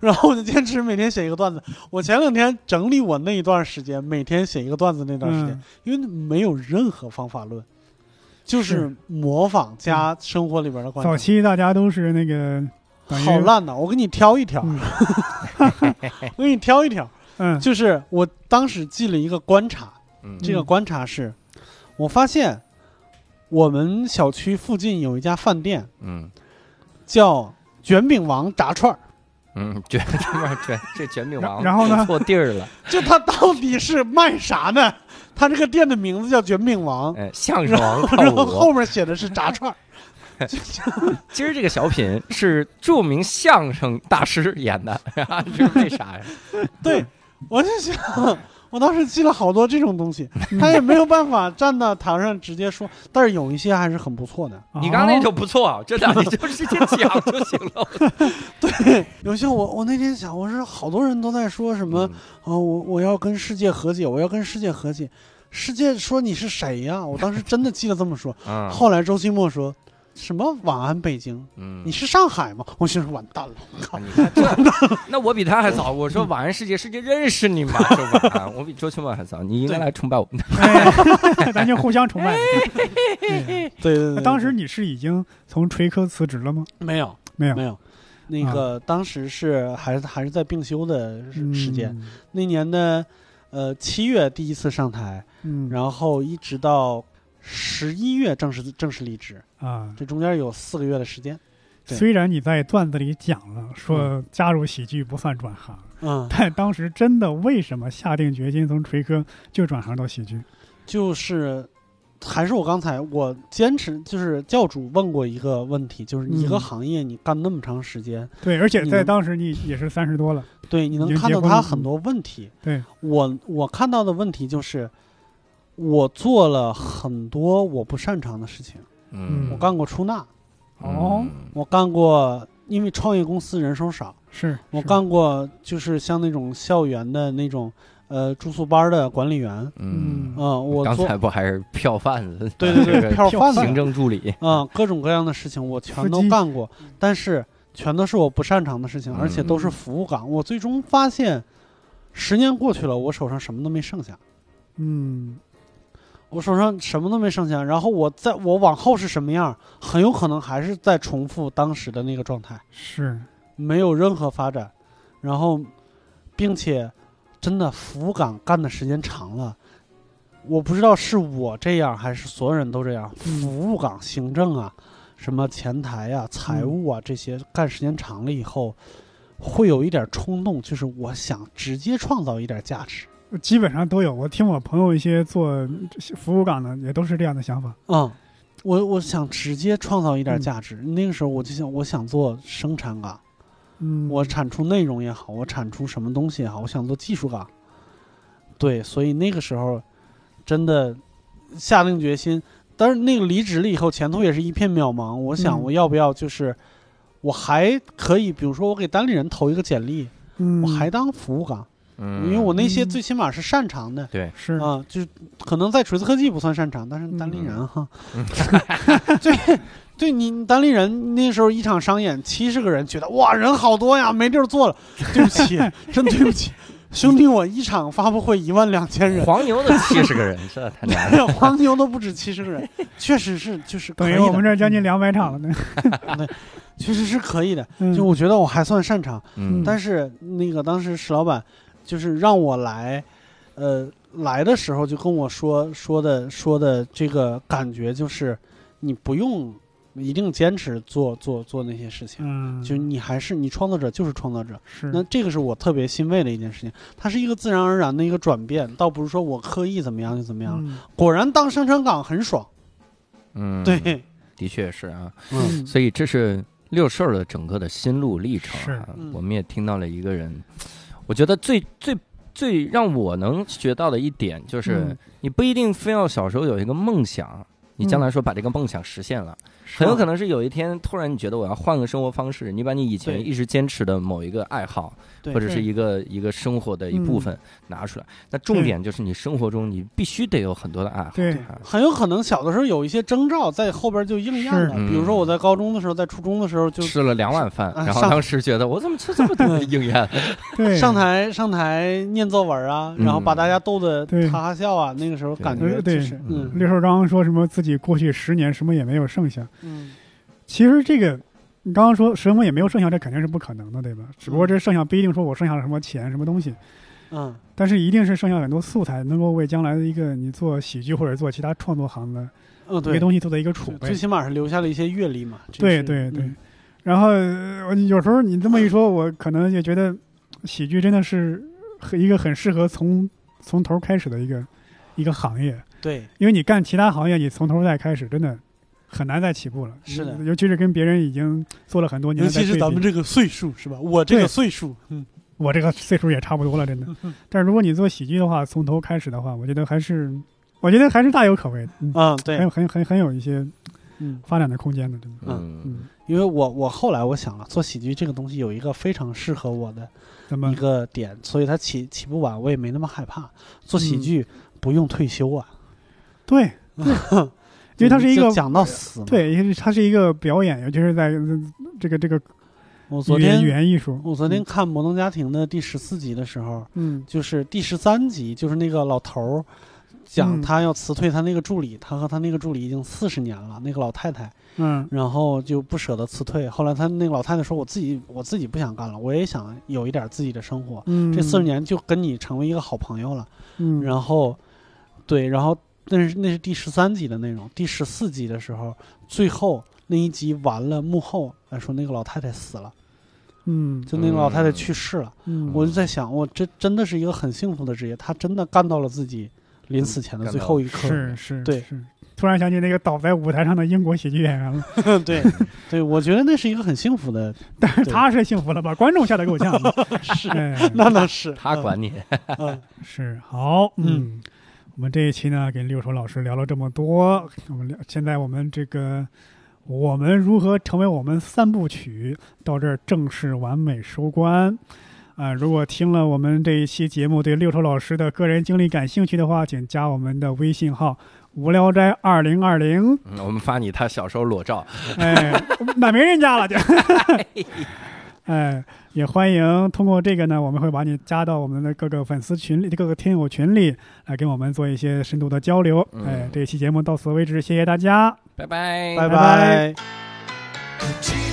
然后我就坚持每天写一个段子。我前两天整理我那一段时间，每天写一个段子那段时间，
嗯
因为没有任何方法论，就是
是嗯
模仿加生活里边的观
早
察。
期大家都是那个，等于
好烂呐！我给你挑一挑，
嗯
我给你挑一挑。
嗯
就是我当时记了一个观察，
嗯
这个观察是，我发现我们小区附近有一家饭店
嗯
叫卷饼王炸串儿，
嗯，
卷这玩意儿卷这卷饼王
然后呢
错地 儿了，
就它到底是卖啥呢？它这个店的名字叫卷饼王，
哎，相声王
然
靠
后后
我。
面写的是炸串儿，
今儿这个小品是著名相声大师演的， 啊这是为啥呀？
对，我就想，我当时记了好多这种东西，他也没有办法站到台上直接说，但是有一些还是很不错 的。
啊
你刚那就不错，真的，你就直接讲 就行了。
对，有些我我那天想，我说好多人都在说什么啊、我我要跟世界和解，我要跟世界和解，世界说你是谁呀、我当时真的记得这么 说。
嗯
后来周奇墨说。什么晚安北京？
嗯
你是上海吗？我心说完蛋了，我靠！
啊你看这，那我比他还早。我说晚安世界，世界认识你吗？周晚 安，啊我比周秋末还早。你应该来崇拜我们的。
哎 咱就互相崇拜。 对啊
对对
那当时你是已经从锤科辞职了吗？
没有
没有，啊
没有，那个当时是还是还是在病休的时
嗯
时间，，那年的呃七月第一次上台，
嗯
然后一直到十一月正式正式离职，
啊，
这中间有四个月的时间。对
虽然你在段子里讲了说加入喜剧不算转行，
嗯，
但当时真的为什么下定决心从锤科就转行到喜剧？
就是还是我刚才我坚持，就是教主问过一个问题，就是你一个
嗯
行业你干那么长时间，
对，而且
你
在
能
当时你也是三十多了，
对，你能
已经
看
结
到
婚
他
了
很多问题。
对，
我我看到的问题就是。我做了很多我不擅长的事情，
嗯
我干过出纳，
嗯
哦，
我干过，因为创业公司人手少，
是
我
是
干过，就是像那种校园的那种，呃，住宿班的管理员，
嗯
嗯、
嗯
我
刚
做，
才不还是票贩子？
对对
这
对，
个
票贩子，
行政助理。
啊、各种各样的事情我全都
司机
干过，但是全都是我不擅长的事情，而且都是
嗯
服务岗。我最终发现，十年过去了，我手上什么都没剩下，
嗯
我手上什么都没剩下。然后我在我往后是什么样，很有可能还是在重复当时的那个状态。
是
没有任何发展，然后，并且真的服务岗干的时间长了，我不知道是我这样还是所有人都这样。
嗯
服务岗、行政啊，什么前台啊、财务啊这些干时间长了以后，会有一点冲动，就是我想直接创造一点价值。
基本上都有。我听我朋友一些做服务岗的也都是这样的想法。
嗯，我我想直接创造一点价值。那个时候我就想，我想做生产岗。
嗯，
我产出内容也好，我产出什么东西也好，我想做技术岗。对，所以那个时候真的下定决心，但是那个离职了以后，前途也是一片渺茫。我想
嗯
我要不要就是，我还可以，比如说我给单立人投一个简历，
嗯
我还当服务岗，
嗯
因为我那些
嗯
最起码是擅长的。
是
啊，就是可能在锤子科技不算擅长，但是单立
嗯
人哈， 对对，你单立人那时候一场商演七十个人，觉得哇人好多呀，没地儿坐了，对 不起，真对不起，兄弟，我一场发布会一万两千人，
黄 牛都七十个人，这太难了。
黄牛都不止七十个人，确实是就是可
等
以
于
的，
我们这儿将近两百场了呢。
确实是可以的，
嗯
就我觉得我还算擅长，
嗯
但是那个当时石老板就是让我来，呃，来的时候就跟我说说的说的这个感觉就是，你不用一定坚持做做做那些事情，
嗯，
就你还是你创作者就是创作者。
是
那这个是我特别欣慰的一件事情，它是一个自然而然的一个转变，倒不是说我刻意怎么样就怎么样。
嗯
果然当生产岗很爽，
嗯，
对，
的确是啊，
嗯
嗯
所以这是六兽儿的整个的心路历程啊、
是
嗯
我们也听到了一个人，我觉得最最最让我能学到的一点就是，
嗯
嗯
你不一定非要小时候有一个梦想，你将来说把这个梦想实现了，是
很有
吧
可能是有一天突然你觉得我要换个生活方式，你把你以前
对
一直坚持的某一个爱好，
对嗯
或者是一个一个生活的一部分拿出来。那重点就是你生活中你必须得有很多的爱好。
对
啊
很有可能小的时候有一些征兆在后边就应验了，
是
比如说我在高中的时候，在初中的时候就
吃了两碗饭，
啊
然后
上嗯
当时觉得我怎么吃这么多应验？
对，
上台上台念作文啊，然后把大家逗得
嗯对
哈哈笑啊，那个时候感觉
呃对
就是嗯
刘寿刚说什么自己过去十年什么也没有剩下，
嗯
其实这个你刚刚说什么也没有剩下，这肯定是不可能的，对吧？只不过这剩下不一定说我剩下了什么钱什么东西，
嗯
但是一定是剩下很多素材，能够为将来的一个你做喜剧或者做其他创作行的
嗯，
一个
对，
东西做的一个储
最
备
最。起码是留下了一些阅历嘛。这
对
是
对对
嗯，
然后呃我有时候你这么一说，我可能也觉得喜剧真的是很一个很适合从从头开始的一个一个行业，
对，
因为你干其他行业，你从头再开始，真的很难再起步了。
是的
尤其是跟别人已经做了很多年
尤
了再
其
对比，
是咱们这个岁数是吧？我这个
对
岁数，嗯
我这个岁数也差不多了，真 的。但是如果你做喜剧的话，从头开始的话，我觉得还是我觉得还是大有可为的，嗯，
啊，
很
对
有，很很很有一些
嗯，
发展的空间的，真的。
嗯，
嗯，
因为我我后来我想了，做喜剧这个东西有一个非常适合我的
那么
一个点，所以它起起不晚，我也没那么害怕。做喜
嗯
剧不用退休啊，
对， 因为它是一
就
个
讲到死嘛。
对，因为它是一个表演，尤其是在呃这个这个
我昨
语言
天
语言艺术。
我昨天看《摩登家庭》的第十四集的时候，
嗯，
就是第十三集，就是那个老头儿讲
嗯
他要辞退他那个助理，他和他那个助理已经四十年了，那个老太太，
嗯
然后就不舍得辞退。后来他那个老太太说：“我自己我自己不想干了，我也想有一点自己的生活。
嗯，
这四十年就跟你成为一个好朋友了。”
嗯，
然后，对，然后那是那是第十三集的内容，第十四集的时候，最后那一集完了，幕后来说那个老太太死了，
嗯
就那个老太太
嗯
去世了。
嗯，
我就在想，我这真的是一个很幸福的职业，他真的干到了自己临死前的最后一刻。
是是
对
是，突然想起那个倒在舞台上的英国喜剧演员了，
对，对，我觉得那是一个很幸福的，
但是
对
他是幸福了，把观众吓得够呛的。
是
哎，
那那是
他管你，
嗯
是好，嗯，我们这一期呢，跟六叔老师聊了这么多，我们聊现在我们这个。我们如何成为我们三部曲到这儿正式完美收官？啊、如果听了我们这一期节目，对六叔老师的个人经历感兴趣的话，请加我们的微信号“无聊斋二零二零
嗯我们发你他小时候裸照，”。
哎，那没人加了就。哎，也欢迎通过这个呢，我们会把你加到我们的各个粉丝群里、各个听友群里，来跟我们做一些深度的交流。
嗯
哎，这一期节目到此为止，谢谢大家。
拜拜，
拜
拜
拜。
Cheese.